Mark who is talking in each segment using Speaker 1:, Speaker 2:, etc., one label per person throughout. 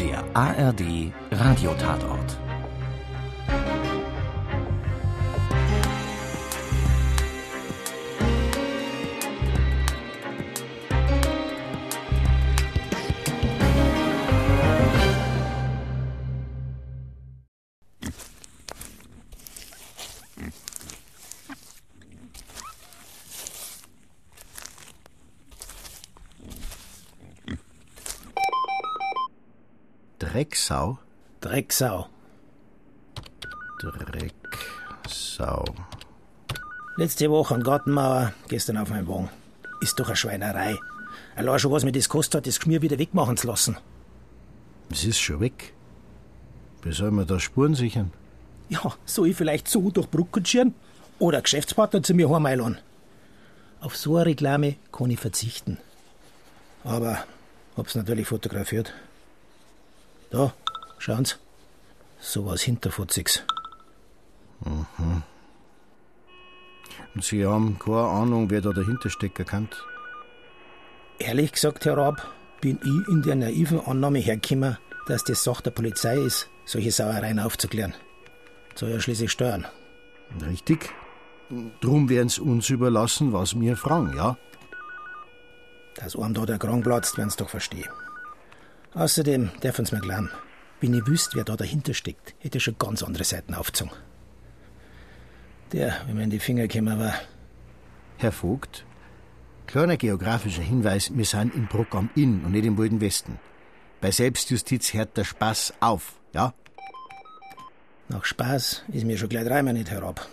Speaker 1: Der ARD Radiotatort.
Speaker 2: Drecksau?
Speaker 3: Drecksau.
Speaker 2: Drecksau.
Speaker 3: Letzte Woche an Gartenmauer, gestern auf meinem Wagen. Ist doch eine Schweinerei. Allein schon, was mir das kostet hat, das Geschmier wieder wegmachen zu lassen.
Speaker 2: Es ist schon weg. Wie soll man da Spuren sichern?
Speaker 3: Ja, soll ich vielleicht so durch Brücken schieren? Oder ein Geschäftspartner zu mir heimeilen? Auf so eine Reklame kann ich verzichten. Aber hab's natürlich fotografiert. Da, schauen Sie. So was Hinterfutziges.
Speaker 2: Mhm. Und Sie haben keine Ahnung, wer da dahinter steckt, erkannt.
Speaker 3: Ehrlich gesagt, Herr Raab, bin ich in der naiven Annahme hergekommen, dass das Sache der Polizei ist, solche Sauereien aufzuklären. Soll ja schließlich steuern.
Speaker 2: Richtig. Drum werden's uns überlassen, was wir fragen, ja?
Speaker 3: Dass einem da der Kragen platzt, werden's doch verstehen. Außerdem darf uns mir glauben, wenn ich wüsste, wer da dahinter steckt, hätte ich schon ganz andere Seiten aufgezogen. Der, wenn mir in die Finger gekommen war,
Speaker 2: Herr Vogt, kleiner geografischer Hinweis, wir sind in Bruck am Inn und nicht im Wilden Westen. Bei Selbstjustiz hört der Spaß auf, ja?
Speaker 3: nach Spaß ist mir schon gleich dreimal nicht herab.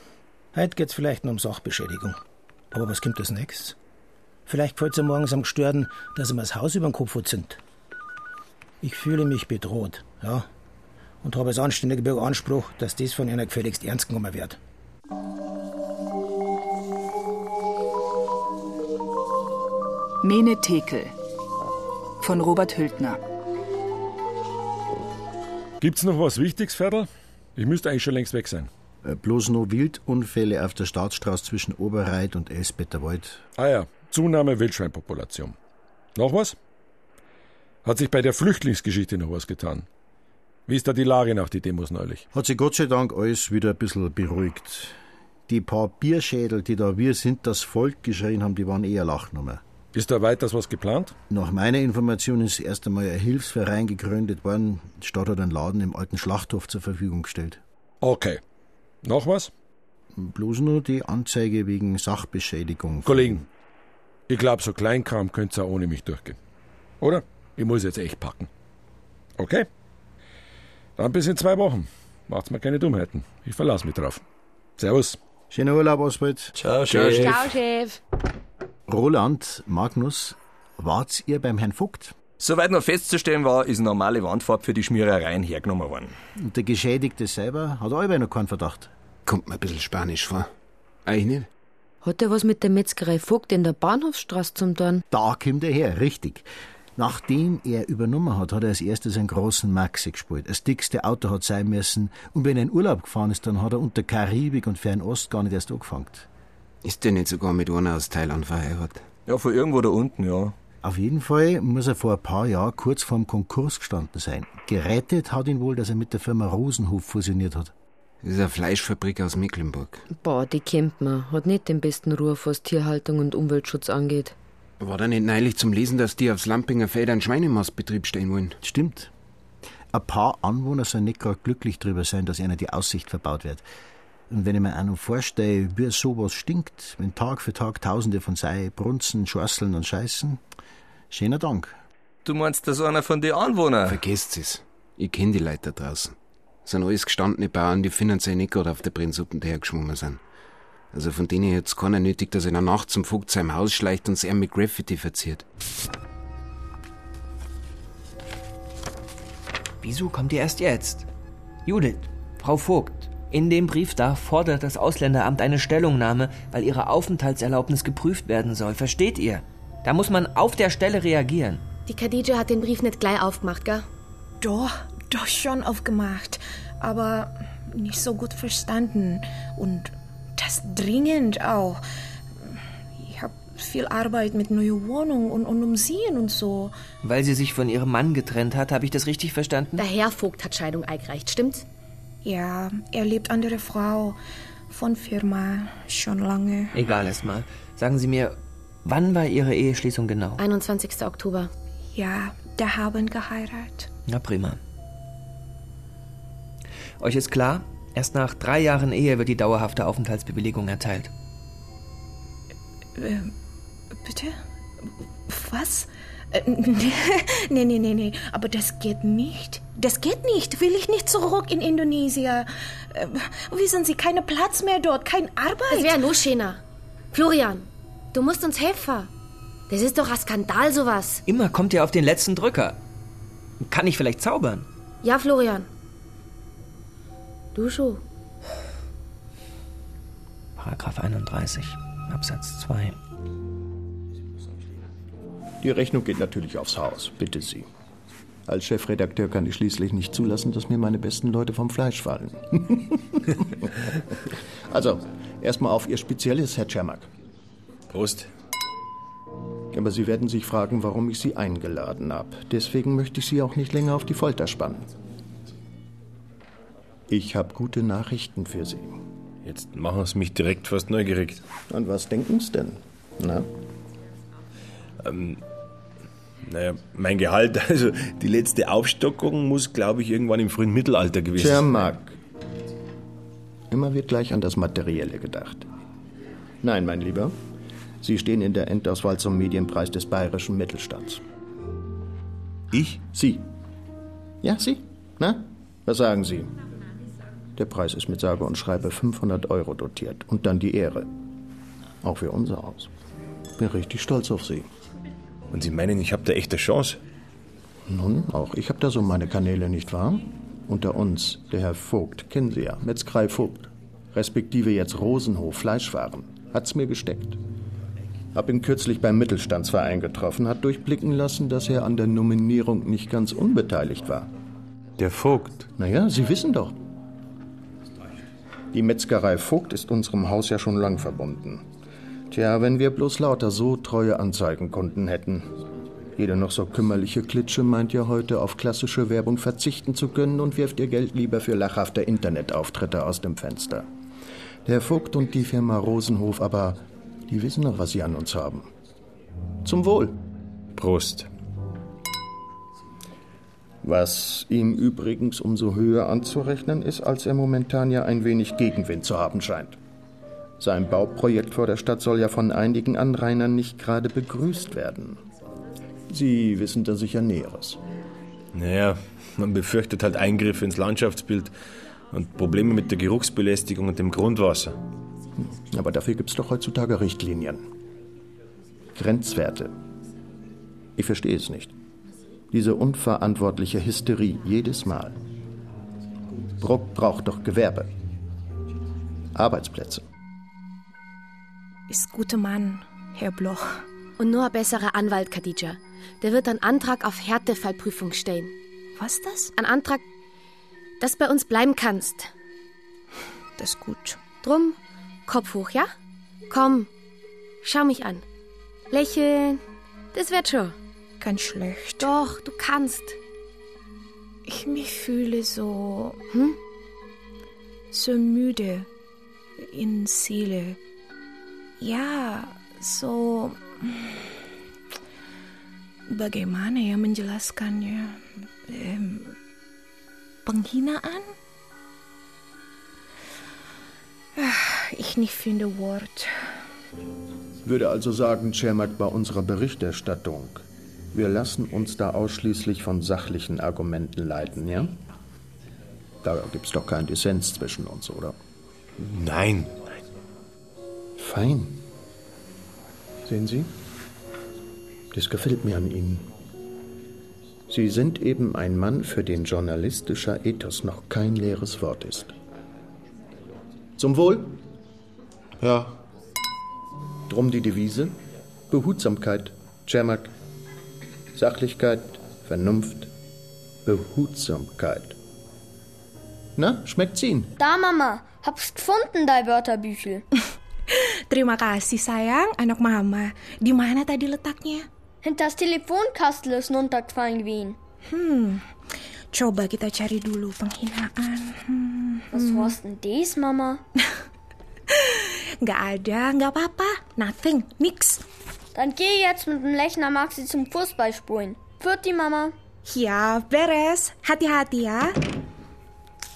Speaker 3: Heute geht's vielleicht nur um Sachbeschädigung. Aber was kommt als nächstes? Vielleicht gefällt's am morgens am Gestörten, dass ihm das Haus über den Kopf sind. Ich fühle mich bedroht, ja. Und habe als anständiger Bürger Anspruch, dass dies von einer gefälligst ernst genommen wird.
Speaker 4: Mene Tekel von Robert Hültner.
Speaker 5: Gibt's noch was Wichtiges, Ferdl? Ich müsste eigentlich schon längst weg sein.
Speaker 2: Äh, Bloß nur Wildunfälle auf der Staatsstraße zwischen Oberreit und Elsbetterwald.
Speaker 5: Ah ja, Zunahme Wildschweinpopulation. Noch was? Hat sich bei der Flüchtlingsgeschichte noch was getan? Wie ist da die Lage nach den Demos neulich?
Speaker 2: Hat sich Gott sei Dank alles wieder ein bisschen beruhigt. Die paar Bierschädel, die da wir sind, das Volk geschrien haben, die waren eher Lachnummer.
Speaker 5: Ist da weiters was geplant?
Speaker 2: Nach meiner Information ist erst einmal ein Hilfsverein gegründet worden. Die Stadt hat einen Laden im alten Schlachthof zur Verfügung gestellt.
Speaker 5: Okay. Noch was?
Speaker 2: Bloß nur die Anzeige wegen Sachbeschädigung.
Speaker 5: Kollegen, ich glaube, so Kleinkram könnt's auch ohne mich durchgehen. Oder? Ich muss jetzt echt packen. Okay. Dann bis in zwei Wochen. Macht's mir keine Dummheiten. Ich verlasse mich drauf. Servus.
Speaker 2: Schönen Urlaub, Oswald.
Speaker 6: Ciao, Chef.
Speaker 7: Ciao, Chef.
Speaker 2: Roland, Magnus, wart ihr beim Herrn Vogt?
Speaker 6: Soweit noch festzustellen war, ist normale Wandfarbe für die Schmierereien hergenommen worden.
Speaker 2: Und der Geschädigte selber hat allweil noch keinen Verdacht.
Speaker 8: Kommt mir ein bisschen spanisch vor. Eigentlich nicht?
Speaker 7: Hat er was mit der Metzgerei Vogt in der Bahnhofsstraße zum tun?
Speaker 2: Da kommt er her, richtig. Nachdem er übernommen hat, hat er als erstes einen großen Maxi gespielt. Das dickste Auto hat sein müssen. Und wenn er in Urlaub gefahren ist, dann hat er unter Karibik und Fernost gar nicht erst angefangen.
Speaker 8: Ist der nicht sogar mit einer aus Thailand verheiratet?
Speaker 6: Ja, von irgendwo da unten, ja.
Speaker 2: Auf jeden Fall muss er vor ein paar Jahren kurz vorm Konkurs gestanden sein. Gerettet hat ihn wohl, dass er mit der Firma Rosenhof fusioniert hat.
Speaker 8: Das ist eine Fleischfabrik aus Mecklenburg.
Speaker 7: Boah, die kennt man. Hat nicht den besten Ruf, was Tierhaltung und Umweltschutz angeht.
Speaker 8: War da nicht neulich zum Lesen, dass die aufs Lampinger Feld einen Schweinemastbetrieb stellen wollen?
Speaker 2: Stimmt. Ein paar Anwohner sollen nicht gerade glücklich drüber sein, dass ihnen die Aussicht verbaut wird. Und wenn ich mir einen vorstelle, wie sowas stinkt, wenn Tag für Tag Tausende von Sei, Brunzen, Schorseln und Scheißen, schöner Dank.
Speaker 6: Du meinst, das ist einer von den Anwohnern?
Speaker 8: Vergesst es. Ich kenn die Leute da draußen. Das sind alles gestandene Bauern, die finanziell nicht gerade auf der Prinzsuppen dahergeschwommen sind. Also von denen hätt's keiner nötig, dass einer Nacht zum Vogt seinem Haus schleicht und er mit Graffiti verziert.
Speaker 9: Wieso kommt ihr erst jetzt? Judith, Frau Vogt, in dem Brief da fordert das Ausländeramt eine Stellungnahme, weil ihre Aufenthaltserlaubnis geprüft werden soll. Versteht ihr? Da muss man auf der Stelle reagieren.
Speaker 10: Die Khadija hat den Brief nicht gleich aufgemacht, gell?
Speaker 11: Doch, doch schon aufgemacht, aber nicht so gut verstanden. Und das dringend auch. Ich hab viel Arbeit mit neuer Wohnung und, und Umziehen und so.
Speaker 9: Weil sie sich von ihrem Mann getrennt hat, habe ich das richtig verstanden?
Speaker 10: Der Herr Vogt hat Scheidung eingereicht, stimmt's?
Speaker 11: Ja, er lebt andere Frau von Firma schon lange.
Speaker 9: Egal erstmal. Sagen Sie mir, wann war Ihre Eheschließung genau?
Speaker 11: Ah.
Speaker 10: 21. Oktober.
Speaker 11: Ja, der haben geheiratet.
Speaker 9: Na prima. Euch ist klar, erst nach drei Jahren Ehe wird die dauerhafte Aufenthaltsbewilligung erteilt.
Speaker 11: Äh, bitte? Was? Äh, nee, nee, nee, nee, aber das geht nicht. Das geht nicht. Will ich nicht zurück in Indonesien. Äh, wissen Sie, keine Platz mehr dort, kein Arbeit.
Speaker 10: Das wäre nur schöner. Florian, du musst uns helfen. Das ist doch ein Skandal, sowas.
Speaker 9: Immer kommt ihr auf den letzten Drücker. Kann ich vielleicht zaubern?
Speaker 10: Ja, Florian. Du schon.
Speaker 9: Paragraph 31, Absatz 2.
Speaker 12: Die Rechnung geht natürlich aufs Haus, bitte Sie. Als Chefredakteur kann ich schließlich nicht zulassen, dass mir meine besten Leute vom Fleisch fallen. also, erstmal auf Ihr Spezielles, Herr Czermak.
Speaker 6: Prost.
Speaker 12: Aber Sie werden sich fragen, warum ich Sie eingeladen habe. Deswegen möchte ich Sie auch nicht länger auf die Folter spannen. Ich habe gute Nachrichten für Sie.
Speaker 6: Jetzt machen Sie mich direkt fast neugierig.
Speaker 12: Und was denken Sie denn? Na?
Speaker 6: Ähm, naja, mein Gehalt, also die letzte Aufstockung muss, glaube ich, irgendwann im frühen Mittelalter gewesen
Speaker 12: sein. Schermack. Immer wird gleich an das Materielle gedacht. Nein, mein Lieber, Sie stehen in der Endauswahl zum Medienpreis des bayerischen Mittelstands.
Speaker 6: Ich?
Speaker 12: Sie. Ja, Sie? Na? Was sagen Sie? Der Preis ist mit sage und schreibe 500 Euro dotiert und dann die Ehre. Auch für unser Haus. Bin richtig stolz auf Sie.
Speaker 6: Und Sie meinen, ich habe da echte Chance?
Speaker 12: Nun, auch ich habe da so meine Kanäle, nicht wahr? Unter uns, der Herr Vogt, kennen Sie ja, Metzgerei Vogt, respektive jetzt Rosenhof Fleischwaren, hat's mir gesteckt. Hab ihn kürzlich beim Mittelstandsverein getroffen, hat durchblicken lassen, dass er an der Nominierung nicht ganz unbeteiligt war.
Speaker 6: Der Vogt?
Speaker 12: Naja, Sie wissen doch. Die Metzgerei Vogt ist unserem Haus ja schon lang verbunden. Tja, wenn wir bloß lauter so treue Anzeigenkunden hätten. Jede noch so kümmerliche Klitsche meint ja heute, auf klassische Werbung verzichten zu können und wirft ihr Geld lieber für lachhafte Internetauftritte aus dem Fenster. Der Vogt und die Firma Rosenhof aber, die wissen noch, was sie an uns haben. Zum Wohl.
Speaker 6: Prost.
Speaker 12: Was ihm übrigens umso höher anzurechnen ist, als er momentan ja ein wenig Gegenwind zu haben scheint. Sein Bauprojekt vor der Stadt soll ja von einigen Anrainern nicht gerade begrüßt werden. Sie wissen da sicher Näheres.
Speaker 6: Naja, man befürchtet halt Eingriffe ins Landschaftsbild und Probleme mit der Geruchsbelästigung und dem Grundwasser.
Speaker 12: Hm, Aber dafür gibt es doch heutzutage Richtlinien. Grenzwerte. Ich verstehe es nicht. Diese unverantwortliche Hysterie jedes Mal. Bruck braucht doch Gewerbe. Arbeitsplätze
Speaker 11: ist guter Mann, Herr Bloch.
Speaker 10: Und nur ein besserer Anwalt, Khadija. Der wird einen Antrag auf Härtefallprüfung stellen.
Speaker 11: Was das?
Speaker 10: Ein Antrag, dass bei uns bleiben kannst.
Speaker 11: Das ist gut.
Speaker 10: Drum, Kopf hoch, ja? Komm, schau mich an. Lächeln, das wird schon.
Speaker 11: Ganz schlecht.
Speaker 10: Doch, du kannst.
Speaker 11: Ich mich fühle so.
Speaker 10: Hm?
Speaker 11: So müde. In Seele ja, so hm. bagaimana ya menjelaskannya? Ähm, penghinaan? Ah, Ich nicht finde Wort.
Speaker 12: Würde also sagen, Cermak, bei unserer Berichterstattung, wir lassen uns da ausschließlich von sachlichen Argumenten leiten, ja? Da gibt's doch keinen Dissens zwischen uns, oder?
Speaker 6: Nein,
Speaker 12: Fein. Sehen Sie? Das gefällt mir an Ihnen. Sie sind eben ein Mann, für den journalistischer Ethos noch kein leeres Wort ist. Zum Wohl?
Speaker 6: Ja.
Speaker 12: Drum die Devise: Behutsamkeit, Cermak. Sachlichkeit, Vernunft, Behutsamkeit. Na, schmeckt's Ihnen?
Speaker 13: Da, Mama, hab's gefunden, dein Wörterbüchel.
Speaker 11: Terima kasih sayang, anak mama. Di mana tadi letaknya?
Speaker 13: Das Telefonkastel ist runtergefallen gewesen.
Speaker 11: Hm. Coba kita cari dulu penghinaan. Hmm.
Speaker 13: Was
Speaker 11: hmm.
Speaker 13: war's denn das, Mama?
Speaker 11: Nggak ada, nggak apa-apa. Nothing, nix.
Speaker 13: Dann geh jetzt mit dem Lechner Maxi zum Fußball spielen. Wird die Mama?
Speaker 11: Ja, beres. Hati-hati ya.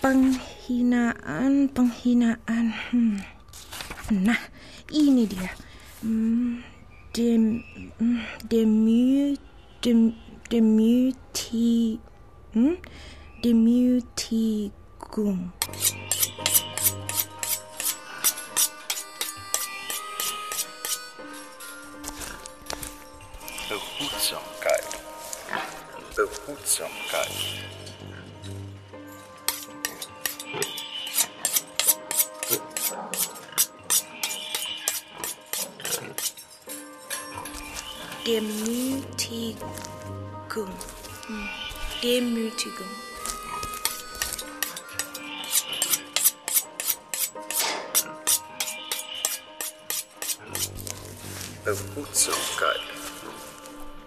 Speaker 11: Penghinaan, penghinaan. Hmm. Nah, ini dia. Hmm, Dem, hmm, demu, dem, demuti, hmm? demutigung.
Speaker 14: Behutsamkeit. Behutsamkeit.
Speaker 11: Demütigung. Hmm, Demütigung.
Speaker 14: Behutsamkeit.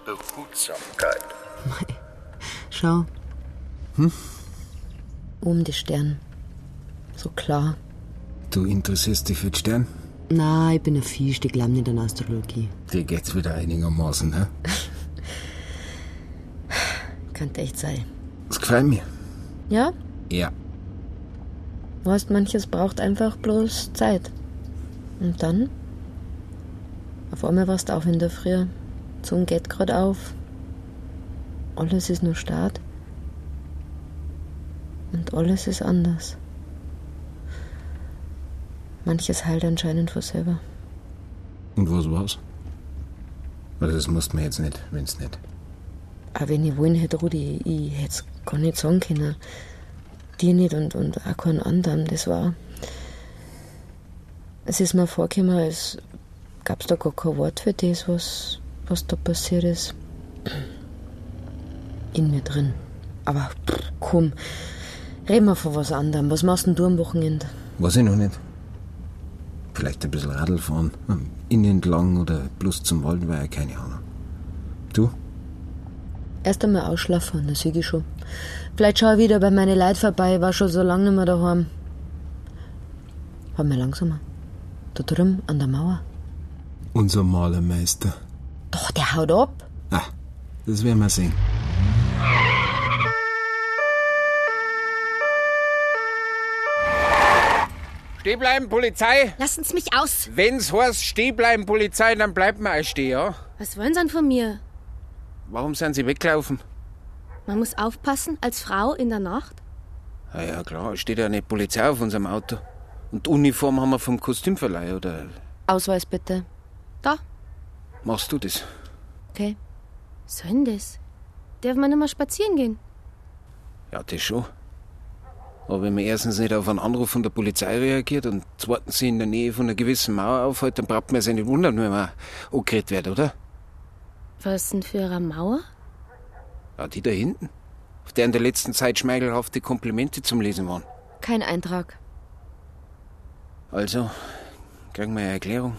Speaker 14: Behutsamkeit.
Speaker 7: Schau,
Speaker 8: Hm?
Speaker 7: oben Um die Sterne. So klar.
Speaker 8: Du interessierst dich für den Stern?
Speaker 7: Na, ich bin ein Fisch, die glauben nicht an Astrologie.
Speaker 8: Dir geht's wieder einigermaßen, ne?
Speaker 7: Könnte echt sein.
Speaker 8: Das gefällt mir.
Speaker 7: Ja,
Speaker 8: Ja.
Speaker 7: du hast manches braucht einfach bloß Zeit. Und dann? Auf einmal warst du auf in der Früh. Zum geht grad auf. Alles ist nur Start. Und alles ist anders. Manches heilt anscheinend von selber.
Speaker 8: Und was war's? Oder das musst man jetzt nicht, wenn's nicht.
Speaker 7: Aber Ah, wenn ich wollen hätte, Rudi, ich hätte es gar nicht sagen können. Dir nicht und, und auch keinen anderen. Das war. Es ist mir vorgekommen, als gab es da gar kein Wort für das, was, was da passiert ist. In mir drin. Aber pff, komm, reden wir von was anderem. Was machst denn du am Wochenende?
Speaker 8: Weiß ich noch nicht. Vielleicht ein bisschen Radl fahren, am Inn entlang oder bloß zum Waldweiher, keine Ahnung. Du?
Speaker 7: Erst einmal ausschlafen, das sehe ich schon. Vielleicht schaue ich wieder bei meinen Leuten vorbei, war schon so lange nicht mehr daheim. Fahr mal langsamer. Da drüben an der Mauer.
Speaker 8: Unser Malermeister.
Speaker 7: Doch, der haut ab.
Speaker 8: Ah, das werden wir sehen.
Speaker 15: Stehen bleiben, Polizei!
Speaker 10: Lassen Sie mich aus.
Speaker 15: Wenn's heißt, stehen bleiben, Polizei, dann bleibt man auch stehen, ja?
Speaker 10: Was wollen Sie denn von mir?
Speaker 15: Warum sind Sie weggelaufen?
Speaker 10: Man muss aufpassen als Frau in der Nacht.
Speaker 15: Ah ja, klar, steht ja eine Polizei auf unserem Auto. Und Uniform haben wir vom Kostümverleih, oder
Speaker 7: Ausweis bitte.
Speaker 15: machst du das?
Speaker 7: Okay.
Speaker 10: Was soll denn das? Darf man nicht mal spazieren gehen?
Speaker 15: Ja, das schon. Aber wenn man erstens nicht auf einen Anruf von der Polizei reagiert und zweitens sie in der Nähe von einer gewissen Mauer aufhält, dann braucht man sich nicht wundern, wenn man angeredet wird, oder?
Speaker 10: Was denn für eine Mauer?
Speaker 15: Ja, die da hinten. Auf der in der letzten Zeit schmeichelhafte Komplimente zum Lesen waren.
Speaker 7: Kein Eintrag.
Speaker 15: Also, kriegen wir eine Erklärung.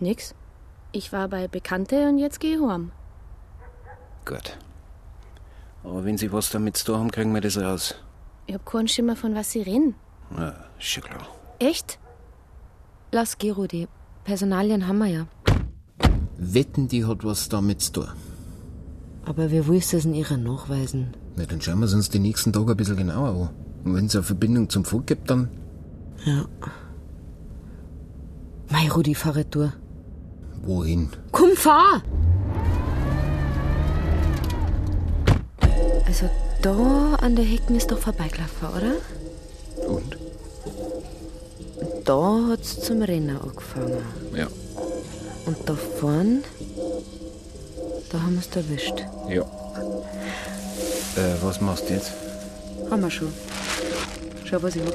Speaker 10: Nix. Ich war bei Bekannte und jetzt gehe ich heim.
Speaker 15: Gut. Aber wenn Sie was damit zu tun haben, kriegen wir das raus.
Speaker 10: Ich hab keinen Schimmer von was Sie reden.
Speaker 15: Ja, ist schon klar.
Speaker 10: Echt?
Speaker 7: Lass geh, Rudi. Personalien haben wir ja.
Speaker 8: Wetten, die hat was damit zu tun.
Speaker 7: Aber wir willst es in ihrer nachweisen.
Speaker 8: Na, dann schauen wir es uns die nächsten Tage ein bisschen genauer an. Und wenn es eine Verbindung zum Volk gibt, dann.
Speaker 7: Ja. Mei, Rudi, fahre durch.
Speaker 8: Wohin?
Speaker 7: Komm, fahr! Also, da an der Hecken ist doch vorbeigelaufen, oder?
Speaker 8: Und?
Speaker 7: Da hat's zum Rennen angefangen.
Speaker 15: Ja.
Speaker 7: Und da vorn, da haben wir's erwischt.
Speaker 15: Ja. Äh, was machst du jetzt?
Speaker 7: Haben wir schon. Schau, was ich hab.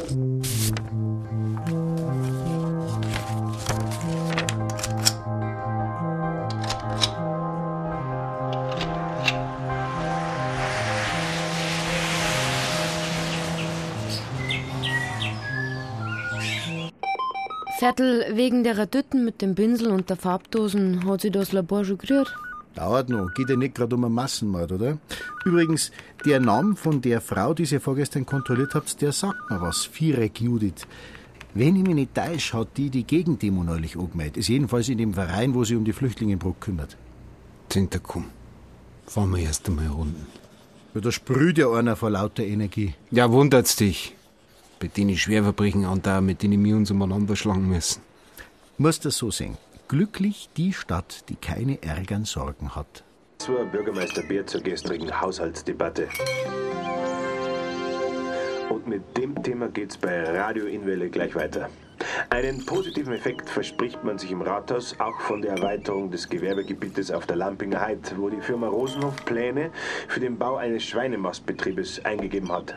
Speaker 7: Viertel wegen der Radütten mit dem Pinsel und der Farbdosen hat sie das Labor schon gerührt.
Speaker 2: Dauert noch, geht ja nicht gerade um einen Massenmord, oder? Übrigens, der Name von der Frau, die ihr vorgestern kontrolliert habt, der sagt mir was. Vierek Judith. Wenn ich mich nicht täusche, hat die die Gegendemo neulich angemeldet. Ist jedenfalls in dem Verein, wo sie um die Flüchtlinge in Bruck kümmert.
Speaker 8: Zinter, komm. Fahren wir erst einmal Runden.
Speaker 2: Ja, da sprüht ja einer vor lauter Energie.
Speaker 8: Ja, wundert's dich. Bei denen Schwerverbrechen andauern, mit denen wir uns umeinander schlagen müssen.
Speaker 2: Muss das so sehen. Glücklich die Stadt, die keine Ärgern Sorgen hat.
Speaker 16: Zur Bürgermeister Beer zur gestrigen Haushaltsdebatte. Und mit dem Thema geht's bei Radio Inwelle gleich weiter. Einen positiven Effekt verspricht man sich im Rathaus auch von der Erweiterung des Gewerbegebietes auf der Lampinger Heid, wo die Firma Rosenhof Pläne für den Bau eines Schweinemastbetriebes eingegeben hat.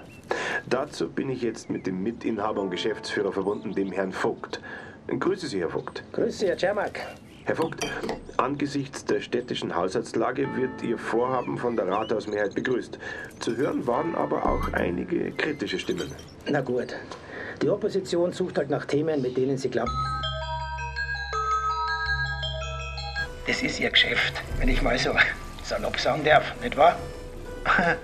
Speaker 16: Dazu bin ich jetzt mit dem Mitinhaber und Geschäftsführer verbunden, dem Herrn Vogt. Grüße Sie, Herr Vogt.
Speaker 3: Grüß Sie, Herr Czermak.
Speaker 16: Herr Vogt, angesichts der städtischen Haushaltslage wird Ihr Vorhaben von der Rathausmehrheit begrüßt. Zu hören waren aber auch einige kritische Stimmen.
Speaker 3: Na gut, die Opposition sucht halt nach Themen, mit denen sie glaubt. Das ist ihr Geschäft, wenn ich mal so salopp sagen darf, nicht wahr?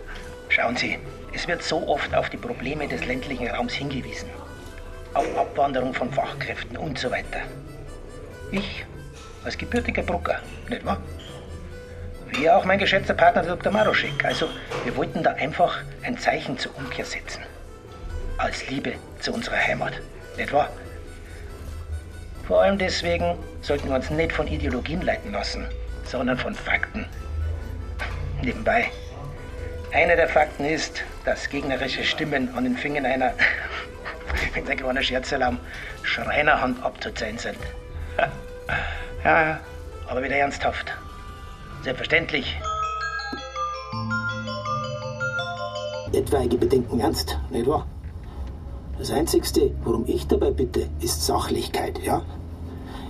Speaker 3: Schauen Sie, es wird so oft auf die Probleme des ländlichen Raums hingewiesen. Auf Abwanderung von Fachkräften und so weiter. Ich als gebürtiger Brucker, nicht wahr? Wie auch mein geschätzter Partner Dr. Maroschek. Also, wir wollten da einfach ein Zeichen zur Umkehr setzen. Als Liebe zu unserer Heimat, nicht wahr? Vor allem deswegen sollten wir uns nicht von Ideologien leiten lassen, sondern von Fakten. Nebenbei, einer der Fakten ist, dass gegnerische Stimmen an den Fingern einer, wenn der kleine Scherzalarm, Schreinerhand abzuzählen sind. Ja, ja. Aber wieder ernsthaft. Selbstverständlich.
Speaker 17: Etwaige Bedenken ernst, nicht wahr? Das Einzigste, worum ich dabei bitte, ist Sachlichkeit, ja?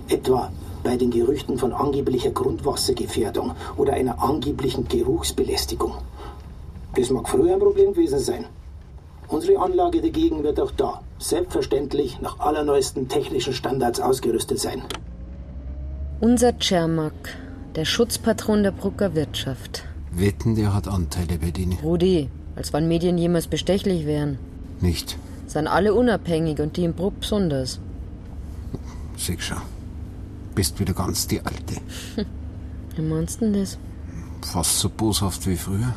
Speaker 17: Etwa bei den Gerüchten von angeblicher Grundwassergefährdung oder einer angeblichen Geruchsbelästigung. Das mag früher ein Problem gewesen sein. Unsere Anlage dagegen wird auch da selbstverständlich nach allerneuesten technischen Standards ausgerüstet sein.
Speaker 7: Unser Czermak, der Schutzpatron der Brucker Wirtschaft.
Speaker 8: Wetten, der hat Anteile bei denen.
Speaker 7: Rudi, als wann Medien jemals bestechlich wären.
Speaker 8: Nicht.
Speaker 7: Sind alle unabhängig und die im Bruck besonders.
Speaker 8: Sieh schon. Bist wieder ganz die Alte.
Speaker 7: Wie meinst du denn das?
Speaker 8: Fast so boshaft wie früher.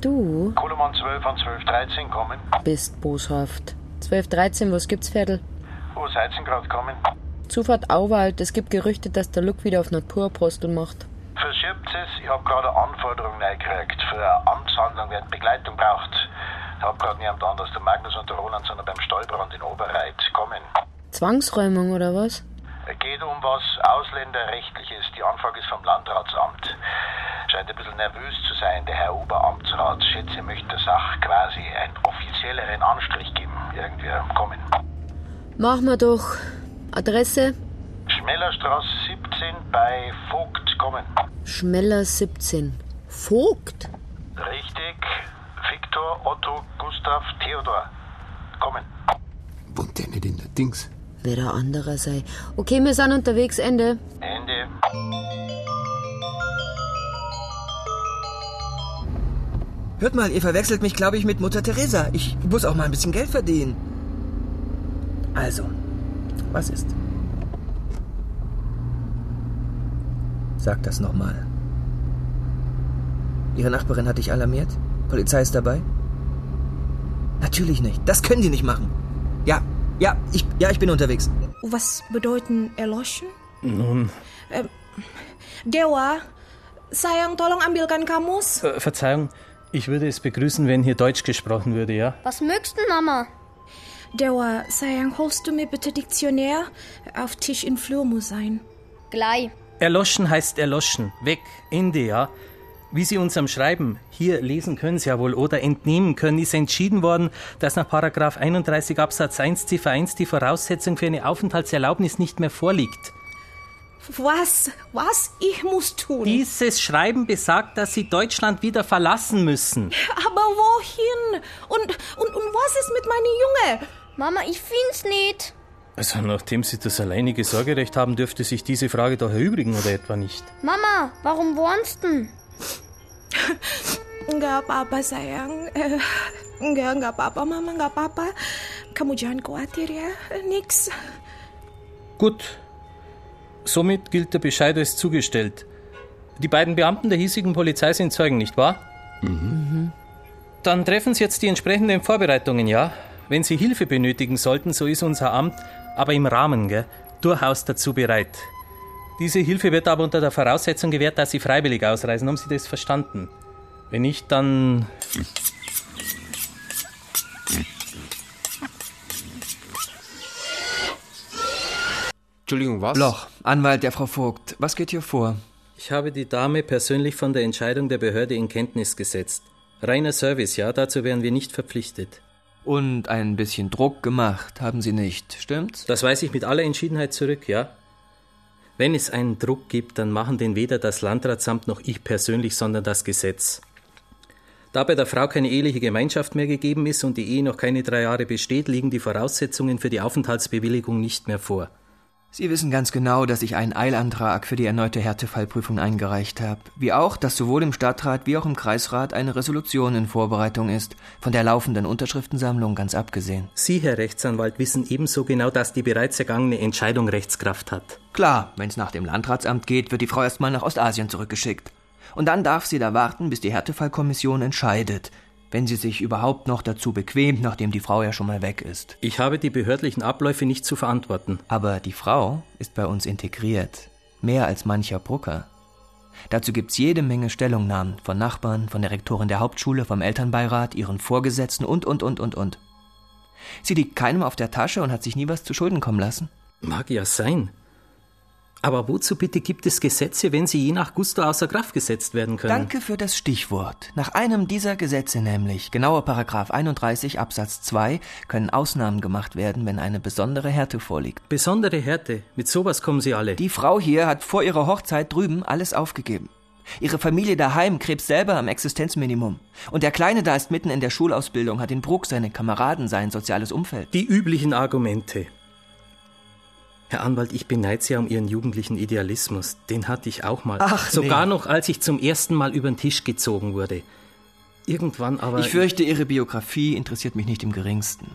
Speaker 7: Du?
Speaker 18: Koloman 12 an 1213 kommen.
Speaker 7: Bist boshaft. 1213, was gibt's, Viertel?
Speaker 18: Wo seid ihr gerade kommen?
Speaker 7: Zufahrt Auwald, es gibt Gerüchte, dass der Luck wieder auf Naturapostel macht.
Speaker 18: Verschiebt es, ich habe gerade eine Anforderung gekriegt für eine Amtshandlung, wer Begleitung braucht. Ich habe gerade niemand anders, der Magnus und der Roland, sondern beim Stolperand in Oberreit. Kommen.
Speaker 7: Zwangsräumung oder was?
Speaker 18: Geht um was Ausländerrechtliches. Die Anfrage ist vom Landratsamt. Scheint ein bisschen nervös zu sein, der Herr Oberamtsrat. Schätze, möchte der Sache quasi einen offizielleren Anstrich geben. Irgendwie kommen.
Speaker 7: Machen wir doch. Adresse?
Speaker 18: Schmellerstraße 17 bei Vogt kommen.
Speaker 7: Schmeller 17. Vogt?
Speaker 18: Richtig. Viktor, Otto, Gustav, Theodor. Kommen.
Speaker 8: Wohnt der nicht in der Dings?
Speaker 7: Wer der anderer sei. Okay, wir sind unterwegs. Ende.
Speaker 18: Ende.
Speaker 9: Hört mal, ihr verwechselt mich, glaube ich, mit Mutter Teresa. Ich muss auch mal ein bisschen Geld verdienen. Also, was ist? Sag das nochmal. Ihre Nachbarin hat dich alarmiert? Polizei ist dabei? Natürlich nicht. Das können die nicht machen. Ja, ja, ich, ja, ich bin unterwegs.
Speaker 11: Was bedeuten erloschen?
Speaker 19: Nun.
Speaker 11: Äh, Dewa, sayang, tolong ambilkan Kamus.
Speaker 19: Äh, Verzeihung, ich würde es begrüßen, wenn hier Deutsch gesprochen würde, ja?
Speaker 20: Was mögst du, Mama?
Speaker 11: Dewa, Sayang, holst du mir bitte Diktionär? Auf Tisch in Flur muss sein.
Speaker 20: Gleich.
Speaker 19: Erloschen heißt erloschen, weg, Ende, ja. Wie Sie uns am Schreiben hier lesen können Sie ja wohl oder entnehmen können, ist entschieden worden, dass nach Paragraf 31 Absatz 1 Ziffer 1 die Voraussetzung für eine Aufenthaltserlaubnis nicht mehr vorliegt.
Speaker 11: Was? Was ich muss tun?
Speaker 19: Dieses Schreiben besagt, dass Sie Deutschland wieder verlassen müssen.
Speaker 11: Aber wohin? Und, und, und was ist mit meinem Junge?
Speaker 20: Mama, ich find's nicht.
Speaker 19: Also, nachdem Sie das alleinige Sorgerecht haben, dürfte sich diese Frage doch erübrigen oder etwa nicht?
Speaker 13: Mama, warum warnst du?
Speaker 11: Nggak apa-apa sayang. Eh, nggak nggak apa-apa mama nggak apa-apa. Kamu jangan khawatir ya. Eh, Nix.
Speaker 19: Gut. Somit gilt der Bescheid als zugestellt. Die beiden Beamten der hiesigen Polizei sind Zeugen, nicht wahr? Mhm. Dann treffen Sie jetzt die entsprechenden Vorbereitungen, ja? Wenn Sie Hilfe benötigen sollten, so ist unser Amt, aber im Rahmen, gell, durchaus dazu bereit. Diese Hilfe wird aber unter der Voraussetzung gewährt, dass Sie freiwillig ausreisen. Haben Sie das verstanden? Wenn nicht, dann.
Speaker 9: Entschuldigung, was? Loch, Anwalt der Frau Vogt. Was geht hier vor?
Speaker 19: Ich habe die Dame persönlich von der Entscheidung der Behörde in Kenntnis gesetzt. Reiner Service, ja, dazu wären wir nicht verpflichtet.
Speaker 9: Und ein bisschen Druck gemacht haben Sie nicht, stimmt's?
Speaker 19: Das weise ich mit aller Entschiedenheit zurück, ja? Wenn es einen Druck gibt, dann machen den weder das Landratsamt noch ich persönlich, sondern das Gesetz. Da bei der Frau keine eheliche Gemeinschaft mehr gegeben ist und die Ehe noch keine drei Jahre besteht, liegen die Voraussetzungen für die Aufenthaltsbewilligung nicht mehr vor.
Speaker 9: Sie wissen ganz genau, dass ich einen Eilantrag für die erneute Härtefallprüfung eingereicht habe, wie auch, dass sowohl im Stadtrat wie auch im Kreisrat eine Resolution in Vorbereitung ist, von der laufenden Unterschriftensammlung ganz abgesehen.
Speaker 19: Sie, Herr Rechtsanwalt, wissen ebenso genau, dass die bereits ergangene Entscheidung Rechtskraft hat.
Speaker 9: Klar, wenn's nach dem Landratsamt geht, wird die Frau erstmal nach Ostasien zurückgeschickt. Und dann darf sie da warten, bis die Härtefallkommission entscheidet, wenn sie sich überhaupt noch dazu bequemt, nachdem die Frau ja schon mal weg ist.
Speaker 19: Ich habe die behördlichen Abläufe nicht zu verantworten.
Speaker 9: Aber die Frau ist bei uns integriert. Mehr als mancher Brucker. Dazu gibt's jede Menge Stellungnahmen von Nachbarn, von der Rektorin der Hauptschule, vom Elternbeirat, ihren Vorgesetzten und, und, und, und, und. Sie liegt keinem auf der Tasche und hat sich nie was zu Schulden kommen lassen.
Speaker 19: Mag ja sein. Aber wozu bitte gibt es Gesetze, wenn sie je nach Gusto außer Kraft gesetzt werden können?
Speaker 9: Danke für das Stichwort. Nach einem dieser Gesetze nämlich, genauer Paragraph 31 Absatz 2, können Ausnahmen gemacht werden, wenn eine besondere Härte vorliegt.
Speaker 19: Besondere Härte, mit sowas kommen sie alle.
Speaker 9: Die Frau hier hat vor ihrer Hochzeit drüben alles aufgegeben. Ihre Familie daheim krebst selber am Existenzminimum. Und der Kleine da ist mitten in der Schulausbildung, hat in Bruck seine Kameraden, sein soziales Umfeld.
Speaker 19: Die üblichen Argumente. Herr Anwalt, ich beneide Sie um Ihren jugendlichen Idealismus. Den hatte ich auch mal.
Speaker 9: Ach,
Speaker 19: Sogar
Speaker 9: nee.
Speaker 19: noch, als ich zum ersten Mal über den Tisch gezogen wurde. Irgendwann aber.
Speaker 9: Ich fürchte, Ihre Biografie interessiert mich nicht im geringsten.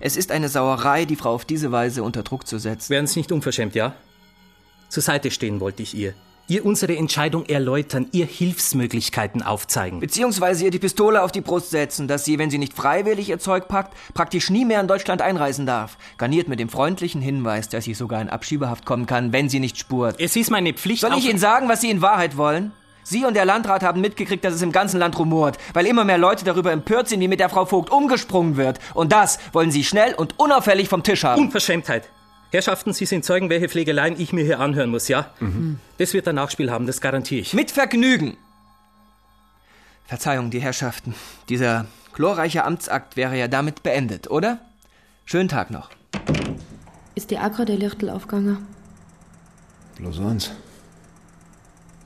Speaker 9: Es ist eine Sauerei, die Frau auf diese Weise unter Druck zu setzen.
Speaker 19: Wären Sie nicht unverschämt, ja? Zur Seite stehen wollte ich ihr. Ihr unsere Entscheidung erläutern, ihr Hilfsmöglichkeiten aufzeigen.
Speaker 9: Beziehungsweise ihr die Pistole auf die Brust setzen, dass sie, wenn sie nicht freiwillig ihr Zeug packt, praktisch nie mehr in Deutschland einreisen darf. Garniert mit dem freundlichen Hinweis, dass sie sogar in Abschiebehaft kommen kann, wenn sie nicht spurt.
Speaker 19: Es ist meine Pflicht.
Speaker 9: Soll ich Ihnen sagen, was Sie in Wahrheit wollen? Sie und der Landrat haben mitgekriegt, dass es im ganzen Land rumort, weil immer mehr Leute darüber empört sind, wie mit der Frau Vogt umgesprungen wird. Und das wollen Sie schnell und unauffällig vom Tisch haben.
Speaker 19: Unverschämtheit. Herrschaften, Sie sind Zeugen, welche Pflegeleien ich mir hier anhören muss, ja? Das wird ein Nachspiel haben, das garantiere ich.
Speaker 9: Mhm. Mit Vergnügen! Verzeihung, die Herrschaften. Dieser glorreiche Amtsakt wäre ja damit beendet, oder? Schönen Tag noch.
Speaker 7: Ist die Agra der Lichtel aufgegangen?
Speaker 8: Bloß eins.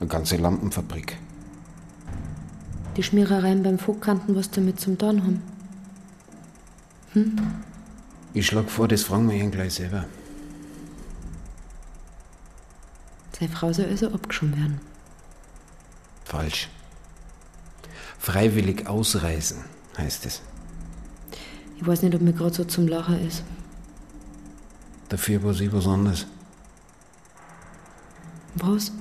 Speaker 8: Eine ganze Lampenfabrik.
Speaker 7: Die Schmierereien beim Vogtkanten, was damit zum Dorn haben? Hm?
Speaker 8: Ich schlag vor, das fragen wir ihn gleich selber.
Speaker 7: Seine Frau soll also abgeschoben werden.
Speaker 8: Falsch. Freiwillig ausreisen, heißt es.
Speaker 7: Ich weiß nicht, ob mir gerade so zum Lachen ist.
Speaker 8: Dafür war sie was anderes.
Speaker 7: Was?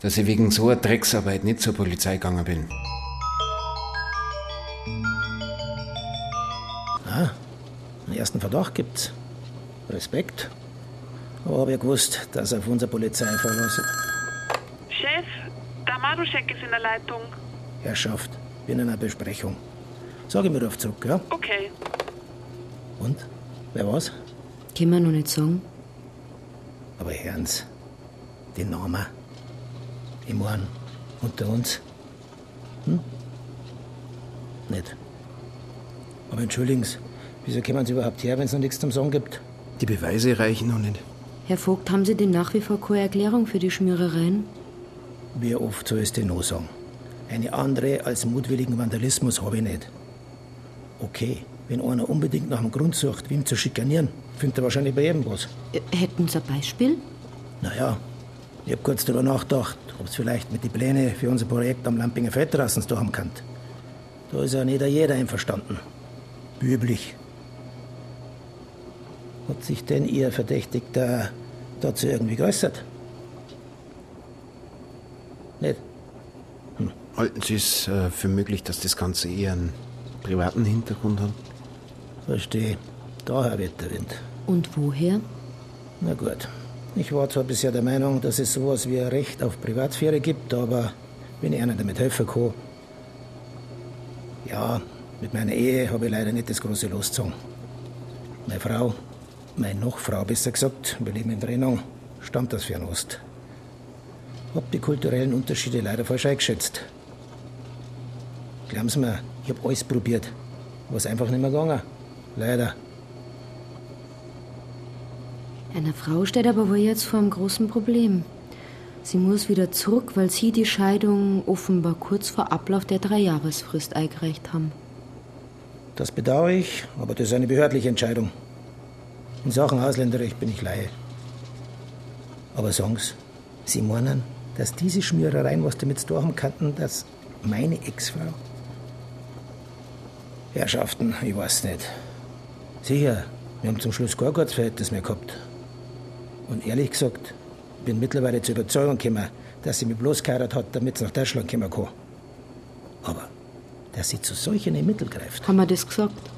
Speaker 8: Dass ich wegen so einer Drecksarbeit nicht zur Polizei gegangen bin.
Speaker 3: Ah, einen ersten Verdacht gibt's. Respekt. Aber hab ja gewusst, dass auf unser Polizei verlassen.
Speaker 21: Chef, der Maruschek ist in der Leitung.
Speaker 3: Herrschaft, bin in einer Besprechung. Sag ich mir drauf zurück, ja?
Speaker 21: Okay.
Speaker 3: Und? Wer war's?
Speaker 7: Können wir noch nicht sagen.
Speaker 3: Aber Herrens, die Namen. Ich mein, unter uns. Hm? Nicht. Aber entschuldigen Sie, wieso kommen Sie überhaupt her, wenn es noch nichts zum Song gibt?
Speaker 8: Die Beweise reichen noch nicht.
Speaker 7: Herr Vogt, haben Sie denn nach wie vor keine Erklärung für die Schmierereien?
Speaker 3: Wie oft soll es denn noch sagen? Eine andere als mutwilligen Vandalismus habe ich nicht. Okay, Wenn einer unbedingt nach einem Grund sucht, wem zu schikanieren, findet er wahrscheinlich bei jedem was.
Speaker 7: Hätten Sie ein Beispiel?
Speaker 3: Naja, ich habe kurz darüber nachgedacht, ob es vielleicht mit den Plänen für unser Projekt am Lampinger Feldterrassen zu haben kann. Da ist ja nicht jeder einverstanden. Wie üblich. Hat sich denn Ihr Verdächtigter dazu irgendwie geäußert? Nicht? Hm.
Speaker 8: Halten Sie es äh, für möglich, dass das Ganze eher einen privaten Hintergrund hat?
Speaker 3: Verstehe. Daher weht der Wind.
Speaker 7: Und woher?
Speaker 3: Na gut. Ich war zwar bisher der Meinung, dass es sowas wie ein Recht auf Privatsphäre gibt, aber wenn ich einer damit helfen kann. Ja, mit meiner Ehe habe ich leider nicht das große Loszogen. Meine Frau, meine Nochfrau besser gesagt, wir leben in Trennung, stammt aus Fernost. Hab die kulturellen Unterschiede leider falsch eingeschätzt. Glauben Sie mir, ich habe alles probiert. Was einfach nicht mehr gegangen. Leider.
Speaker 7: Einer Frau steht aber wohl jetzt vor einem großen Problem. Sie muss wieder zurück, weil sie die Scheidung offenbar kurz vor Ablauf der Dreijahresfrist eingereicht haben.
Speaker 3: Das bedauere ich, aber das ist eine behördliche Entscheidung. In Sachen Ausländerrecht bin ich Laie. Aber Songs, Sie meinen, dass diese Schmierereien was damit zu tun haben könnten, dass meine Ex-Frau. Herrschaften, ich weiß nicht. Sicher, wir haben zum Schluss gar kein Verhältnis mehr gehabt. Und ehrlich gesagt, bin mittlerweile zur Überzeugung gekommen, dass sie mich bloß geheiratet hat, damit sie nach Deutschland kommen kann. Aber, dass sie zu solchen Mitteln greift.
Speaker 7: Haben wir das gesagt?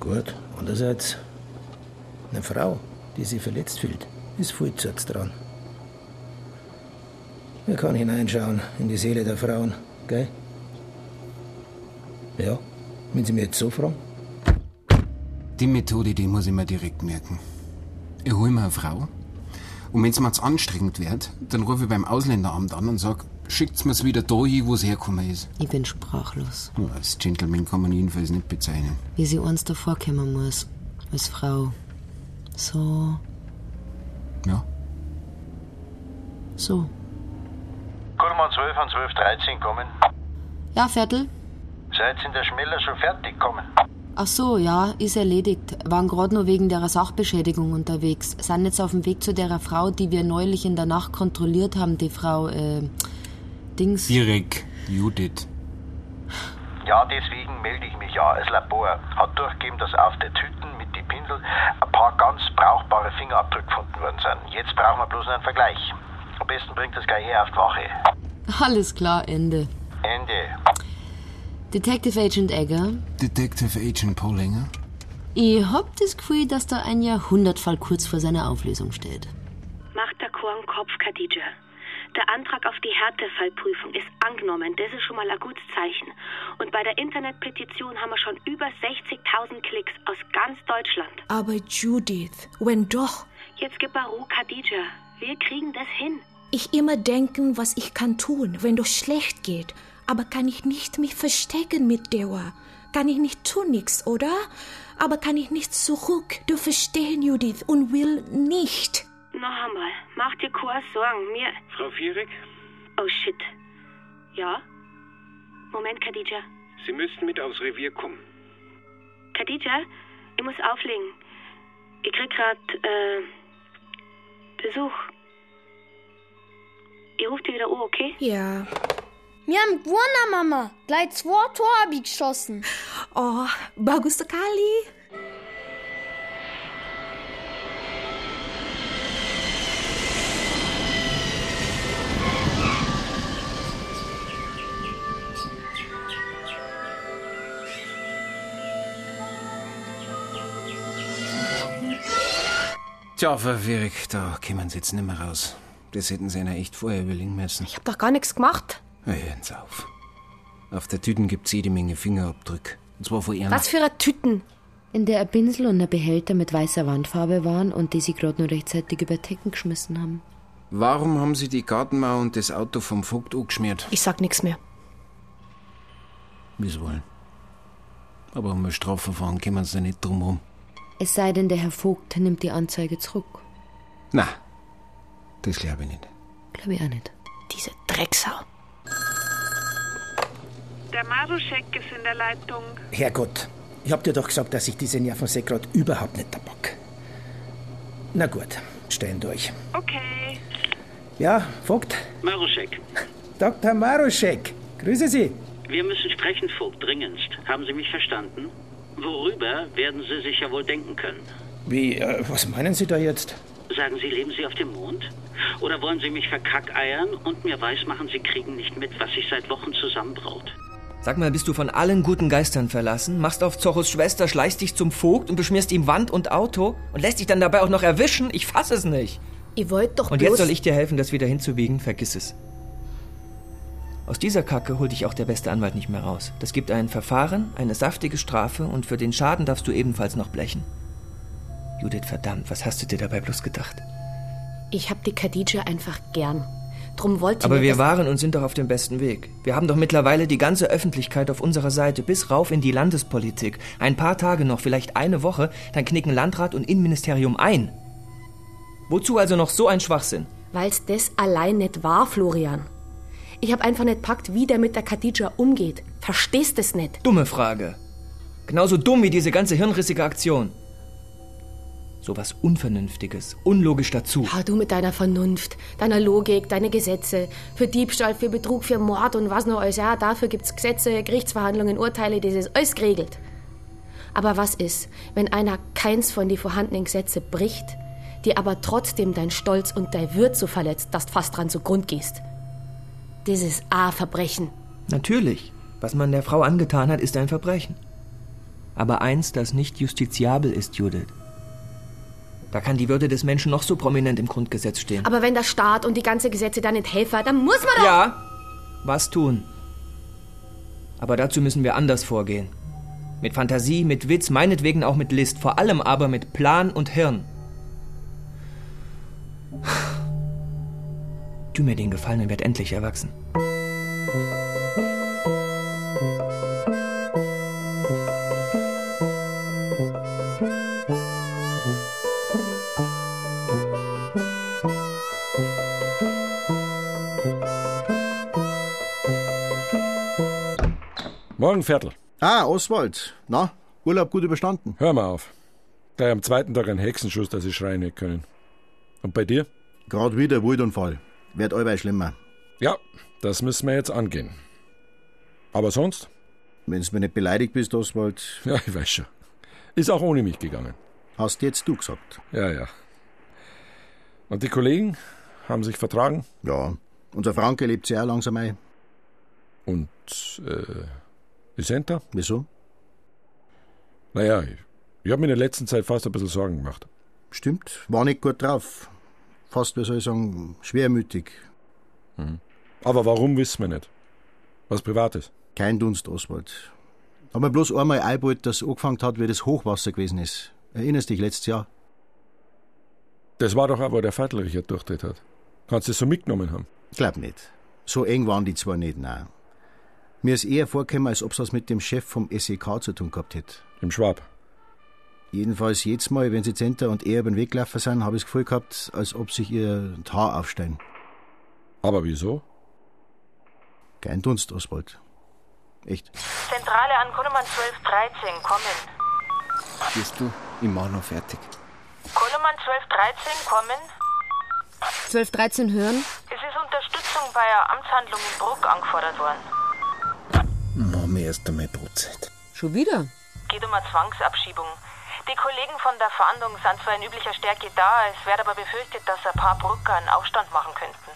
Speaker 3: Gut, andererseits, eine Frau, die sich verletzt fühlt, ist viel zu dran. Er kann hineinschauen in die Seele der Frauen, gell? Ja, wenn Sie mir jetzt so fragen.
Speaker 8: Die Methode, die muss ich mir direkt merken. Ich hole mir eine Frau und wenn es mir zu anstrengend wird, dann rufe ich beim Ausländeramt an und sage, schickt's mir's wieder da hin, wo es hergekommen ist.
Speaker 7: Ich bin sprachlos,
Speaker 8: Ja, als Gentleman kann man jedenfalls nicht bezeichnen.
Speaker 7: wie sie uns davor kommen muss. Als Frau. So.
Speaker 8: Ja.
Speaker 7: So.
Speaker 18: Kurman 12 an 12, 13 kommen.
Speaker 7: Ja, Viertel?
Speaker 18: Seid in der Schmeller schon fertig kommen?
Speaker 7: Ach so, ja, ist erledigt. Waren gerade nur wegen derer Sachbeschädigung unterwegs. Sind jetzt auf dem Weg zu derer Frau, die wir neulich in der Nacht kontrolliert haben, die Frau, äh, Dings.
Speaker 8: Direkt, Judith.
Speaker 18: Ja, deswegen melde ich mich ja. Das Labor hat durchgegeben, dass auf der Tüten mit den Pinsel ein paar ganz brauchbare Fingerabdrücke gefunden worden sind. Jetzt brauchen wir bloß einen Vergleich. Am besten bringt das gleich her auf die Wache.
Speaker 7: Alles klar, Ende.
Speaker 18: Ende.
Speaker 7: Detective Agent Egger,
Speaker 8: Detective Agent Paulinger.
Speaker 7: ich hab das Gefühl, dass da ein Jahrhundertfall kurz vor seiner Auflösung steht.
Speaker 5: Mach der Korn Kopf, Khadija. Der Antrag auf die Härtefallprüfung ist angenommen. Das ist schon mal ein gutes Zeichen. Und bei der Internetpetition haben wir schon über 60.000 Klicks aus ganz Deutschland.
Speaker 11: Aber Judith, wenn doch,
Speaker 5: Jetzt gib mal Ruhe, Khadija. Wir kriegen das hin.
Speaker 11: ich immer denken, was ich kann tun, wenn doch schlecht geht. Aber kann ich nicht mich verstecken mit Dewa? Kann ich nicht tun nichts, oder? Aber kann ich nicht zurück? Du verstehst, Judith, und will nicht.
Speaker 5: Noch einmal, mach dir keine Sorgen. Mir.
Speaker 22: Frau Vierig,
Speaker 5: Oh shit. Ja? Moment, Khadija.
Speaker 22: Sie müssten mit aufs Revier kommen.
Speaker 5: Khadija, ich muss auflegen. Ich krieg grad, äh, Besuch. Ich ruf dich wieder an, okay?
Speaker 11: Ja.
Speaker 23: Wir haben gewonnen, Mama. Gleich zwei Tore hab ich geschossen.
Speaker 11: Oh, bagus sekali.
Speaker 14: Tja, Frau Vierig, da kommen Sie jetzt nicht mehr raus. Das hätten Sie einer echt vorher überlegen müssen.
Speaker 11: Ich hab doch gar nichts gemacht.
Speaker 14: Hören Sie auf. Auf der Tüten gibt's jede Menge Fingerabdrücke. Und zwar von Ihren...
Speaker 11: für eine Tüten?
Speaker 7: In der ein Pinsel und ein Behälter mit weißer Wandfarbe waren und die sie gerade nur rechtzeitig über Decken geschmissen haben.
Speaker 14: Warum haben Sie die Gartenmauer und das Auto vom Vogt angeschmiert?
Speaker 11: Ich sag nichts mehr.
Speaker 14: Wie Sie wollen. Aber um ein Strafverfahren kommen Sie da nicht drum rum.
Speaker 7: Es sei denn, der Herr Vogt nimmt die Anzeige zurück.
Speaker 14: Na, das glaube ich nicht.
Speaker 7: Glaube ich auch nicht.
Speaker 11: Diese Drecksau.
Speaker 21: Der Maruschek ist in der Leitung.
Speaker 3: Herrgott, Ich hab dir doch gesagt, dass ich diese Nervensäck grad überhaupt nicht taback. Na gut, stehen durch.
Speaker 24: Okay.
Speaker 3: Ja, Vogt?
Speaker 25: Maruschek,
Speaker 3: Dr. Maruschek, grüße Sie.
Speaker 25: wir müssen sprechen, Vogt, dringendst. Haben Sie mich verstanden? Worüber werden Sie sich ja wohl denken können?
Speaker 3: Wie, äh, was meinen Sie da jetzt?
Speaker 25: Sagen Sie, leben Sie auf dem Mond? Oder wollen Sie mich verkackeiern und mir weismachen, Sie kriegen nicht mit, was sich seit Wochen zusammenbraut?
Speaker 9: Sag mal, bist du von allen guten Geistern verlassen, machst auf Zorros Schwester, schleichst dich zum Vogt und beschmierst ihm Wand und Auto und lässt dich dann dabei auch noch erwischen? Ich fass es nicht.
Speaker 5: Ihr wollt doch
Speaker 9: Und
Speaker 5: bloß...
Speaker 9: jetzt soll ich dir helfen, das wieder hinzubiegen? Vergiss es. Aus dieser Kacke holt dich auch der beste Anwalt nicht mehr raus. Das gibt ein Verfahren, eine saftige Strafe und für den Schaden darfst du ebenfalls noch blechen. Judith, verdammt, was hast du dir dabei bloß gedacht?
Speaker 5: Ich hab die Khadija einfach gern. Drum wollte
Speaker 9: Aber
Speaker 5: mir
Speaker 9: wir
Speaker 5: das-
Speaker 9: waren und sind doch auf dem besten Weg. Wir haben doch mittlerweile die ganze Öffentlichkeit auf unserer Seite, bis rauf in die Landespolitik. Ein paar Tage noch, vielleicht eine Woche, dann knicken Landrat und Innenministerium ein. Wozu also noch so ein Schwachsinn?
Speaker 5: Weil's das allein nicht war, Florian. Ich hab einfach nicht packt, wie der mit der Khadija umgeht. Verstehst es nicht?
Speaker 9: Dumme Frage. Genauso dumm wie diese ganze hirnrissige Aktion. Sowas Unvernünftiges, unlogisch dazu.
Speaker 5: Ah, du mit deiner Vernunft, deiner Logik, deine Gesetze. Für Diebstahl, für Betrug, für Mord und was noch alles. Ja, dafür gibt's Gesetze, Gerichtsverhandlungen, Urteile, das ist alles geregelt. Aber was ist, wenn einer keins von die vorhandenen Gesetze bricht, dir aber trotzdem dein Stolz und dein Würd so verletzt, dass du fast dran zugrund gehst? Das ist A-Verbrechen.
Speaker 9: Natürlich, was man der Frau angetan hat, ist ein Verbrechen. Aber eins, das nicht justiziabel ist, Judith. Da kann die Würde des Menschen noch so prominent im Grundgesetz stehen.
Speaker 5: Aber wenn der Staat und die ganze Gesetze da nicht helfen, dann muss man doch...
Speaker 9: Ja, was tun? Aber dazu müssen wir anders vorgehen. Mit Fantasie, mit Witz, meinetwegen auch mit List, vor allem aber mit Plan und Hirn. Tu mir den Gefallen und werd endlich erwachsen.
Speaker 6: Morgen, Viertel.
Speaker 2: Ah, Oswald. Na, Urlaub gut überstanden?
Speaker 6: Hör mal auf. Gleich am zweiten Tag ein Hexenschuss, dass ich schreien nicht können. Und bei dir?
Speaker 2: Gerade wieder Waldunfall. Wird allweil schlimmer.
Speaker 6: Ja, das müssen wir jetzt angehen. Aber sonst?
Speaker 2: Wenn du mir nicht beleidigt bist, Oswald.
Speaker 6: Ja, ich weiß schon. Ist auch ohne mich gegangen.
Speaker 2: Hast jetzt du gesagt.
Speaker 6: Ja, ja. Und die Kollegen haben sich vertragen?
Speaker 2: Ja. Unser Franke lebt sehr langsam ein.
Speaker 6: Und, äh, die Senta?
Speaker 2: Wieso?
Speaker 6: Naja, ich, ich habe mir in der letzten Zeit fast ein bisschen Sorgen gemacht.
Speaker 2: Stimmt, war nicht gut drauf. Fast, wie soll ich sagen, schwermütig.
Speaker 6: Mhm. Aber warum wissen wir nicht? Was Privates?
Speaker 2: Kein Dunst, Oswald. Haben wir bloß einmal eingebaut, dass angefangen hat, wie das Hochwasser gewesen ist. Erinnerst dich letztes Jahr?
Speaker 6: Das war doch auch, wo der Viertel Richard durchtritt hat. Kannst du das so mitgenommen haben?
Speaker 2: Glaub nicht. So eng waren die zwei nicht, nein. Mir ist eher vorgekommen, als ob es was mit dem Chef vom SEK zu tun gehabt hätte.
Speaker 6: Im Schwab.
Speaker 2: Jedenfalls jedes Mal, wenn sie Zenter und er über den Weg gelaufen sind, habe ich das Gefühl gehabt, als ob sich ihr das Haar aufstellen.
Speaker 6: Aber wieso?
Speaker 2: Kein Dunst, Oswald. Echt.
Speaker 21: Zentrale an Koloman 1213, kommen.
Speaker 8: Gehst du? Ich mach noch fertig.
Speaker 21: Koloman 1213, kommen.
Speaker 5: 1213 hören?
Speaker 21: Es ist Unterstützung bei einer Amtshandlung in Bruck angefordert worden.
Speaker 8: Mach mir erst einmal Brotzeit.
Speaker 5: Schon wieder?
Speaker 21: Geht um eine Zwangsabschiebung. Die Kollegen von der Fahndung sind zwar in üblicher Stärke da, es wird aber befürchtet, dass ein paar Brücker einen Aufstand machen könnten.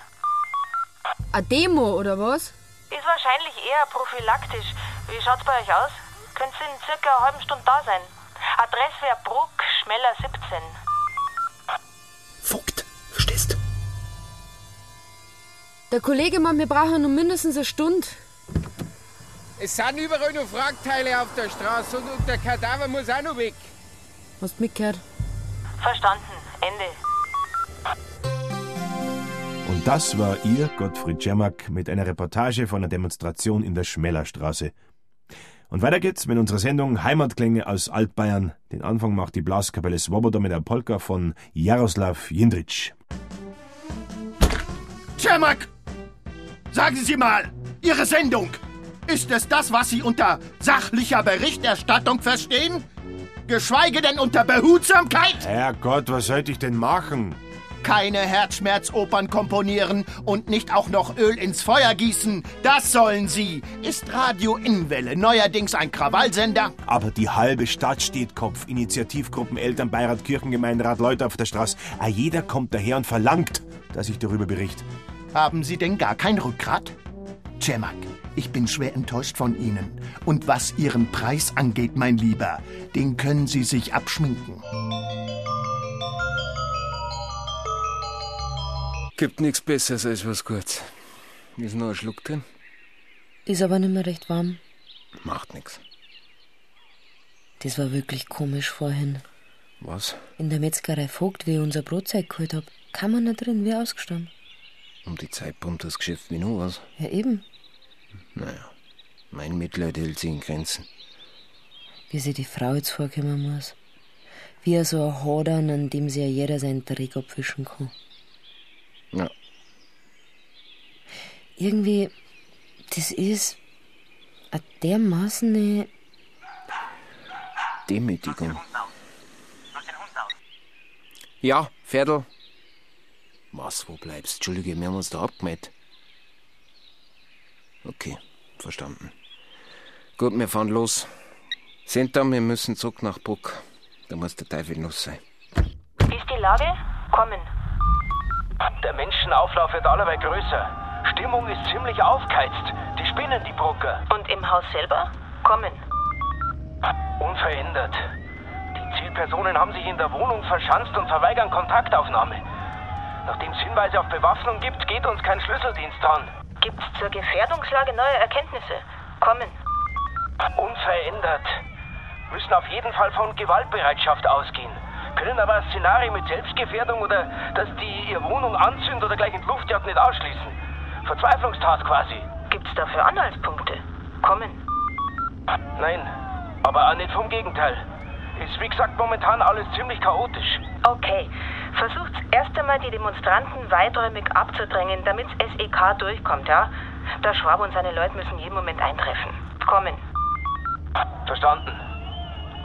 Speaker 5: A Demo, oder was?
Speaker 21: Ist wahrscheinlich eher prophylaktisch. Wie schaut's bei euch aus? Könnt ihr in circa einer halben Stunde da sein? Adresse wäre Bruck, Schmeller 17.
Speaker 8: Verstehst?
Speaker 5: Der Kollege meint, wir brauchen nur mindestens eine Stunde.
Speaker 26: Es sind überall noch Wrackteile auf der Straße und, und der Kadaver muss auch noch weg.
Speaker 5: Hast mitgehört?
Speaker 21: Verstanden. Ende.
Speaker 16: Und das war Ihr Gottfried Czermak mit einer Reportage von einer Demonstration in der Schmellerstraße. Und weiter geht's mit unserer Sendung Heimatklänge aus Altbayern. Den Anfang macht die Blaskapelle Svoboda mit der Polka von Jaroslav Jindritsch.
Speaker 12: Cermak! Sagen Sie mal, Ihre Sendung! Ist es das, was Sie unter sachlicher Berichterstattung verstehen? Geschweige denn unter Behutsamkeit?
Speaker 16: Herrgott, was sollte ich denn machen?
Speaker 12: Keine Herzschmerzopern komponieren und nicht auch noch Öl ins Feuer gießen. Das sollen Sie. Ist Radio Inwelle neuerdings ein Krawallsender?
Speaker 16: Aber die halbe Stadt steht Kopf. Initiativgruppen, Elternbeirat, Kirchengemeinderat, Leute auf der Straße. Ah, jeder kommt daher und verlangt, dass ich darüber berichte.
Speaker 12: Haben Sie denn gar kein Rückgrat? Cemak, ich bin schwer enttäuscht von Ihnen. Und was Ihren Preis angeht, mein Lieber, den können Sie sich abschminken.
Speaker 8: Gibt nichts Besseres als was Gutes. Ist noch ein Schluck drin?
Speaker 7: Ist aber nicht mehr recht warm.
Speaker 8: Macht nichts.
Speaker 7: Das war wirklich komisch vorhin.
Speaker 8: Was?
Speaker 7: In der Metzgerei Vogt, wie ich unser Brotzeit geholt hab, kam man da drin, wie ausgestorben.
Speaker 8: Um die Zeit pumpt das Geschäft wie nur was.
Speaker 7: Ja, eben.
Speaker 8: Naja, mein Mitleid hält sich in Grenzen.
Speaker 7: Wie sie die Frau jetzt vorkommen muss. Wie er so ein Hodern, an dem sie ja jeder seinen Dreck abwischen kann.
Speaker 8: Ja.
Speaker 7: Irgendwie, das ist eine dermaßen
Speaker 8: Demütigung. Ja, Pferdl. Was, wo bleibst? Entschuldige, wir haben uns da abgemeldet. Okay, verstanden. Gut, wir fahren los. Sind da, wir müssen zurück nach Bruck. Da muss der Teufel los sein.
Speaker 21: Ist die Lage? Kommen.
Speaker 26: Der Menschenauflauf wird allerweil größer. Stimmung ist ziemlich aufgeheizt. Die spinnen die Brucker.
Speaker 21: Und im Haus selber? Kommen.
Speaker 26: Unverändert. Die Zielpersonen haben sich in der Wohnung verschanzt und verweigern Kontaktaufnahme. Nachdem es Hinweise auf Bewaffnung gibt, geht uns kein Schlüsseldienst an.
Speaker 21: Gibt's zur Gefährdungslage neue Erkenntnisse? Kommen.
Speaker 26: Unverändert. Müssen auf jeden Fall von Gewaltbereitschaft ausgehen. Können aber ein Szenario mit Selbstgefährdung oder dass die ihre Wohnung anzünden oder gleich in die Luft jagen nicht ausschließen. Verzweiflungstat quasi.
Speaker 21: Gibt's dafür Anhaltspunkte? Kommen.
Speaker 26: Nein, aber auch nicht vom Gegenteil. Ist wie gesagt momentan alles ziemlich chaotisch.
Speaker 21: Okay. Versucht erst einmal die Demonstranten weiträumig abzudrängen, damit SEK durchkommt, ja? Der Schwab und seine Leute müssen jeden Moment eintreffen. Kommen.
Speaker 26: Verstanden.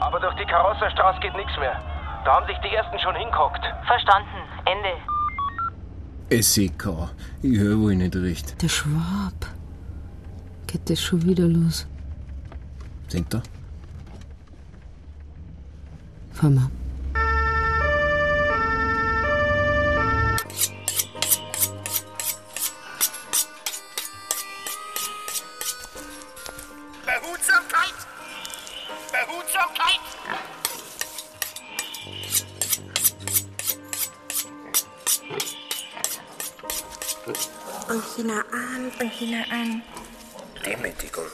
Speaker 26: Aber durch die Karosserstraße geht nichts mehr. Da haben sich die ersten schon hinguckt.
Speaker 21: Verstanden. Ende.
Speaker 8: SEK. E Ich höre wohl nicht recht.
Speaker 27: Der Schwab. Geht das schon wieder los?
Speaker 8: Sind da?
Speaker 27: Fahr mal.
Speaker 12: Behutsamkeit! Behutsamkeit!
Speaker 11: Und jener an, und jener an.
Speaker 8: Demütigung.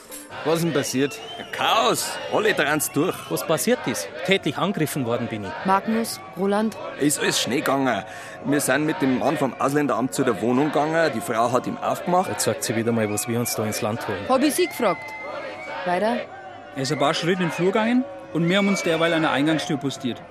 Speaker 8: Was ist denn passiert?
Speaker 19: Chaos! Alle dran's durch. Was passiert ist? Tätlich angegriffen worden bin ich.
Speaker 27: Magnus, Roland,
Speaker 28: Ist alles schnell gegangen. Wir sind mit dem Mann vom Ausländeramt zu der Wohnung gegangen. Die Frau hat ihm aufgemacht.
Speaker 19: Jetzt sagt sie wieder mal, was wir uns da ins Land holen.
Speaker 27: hab ich sie gefragt. Weiter?
Speaker 29: Er ist ein paar Schritte in den Flur gegangen und wir haben uns derweil an der Eingangstür postiert.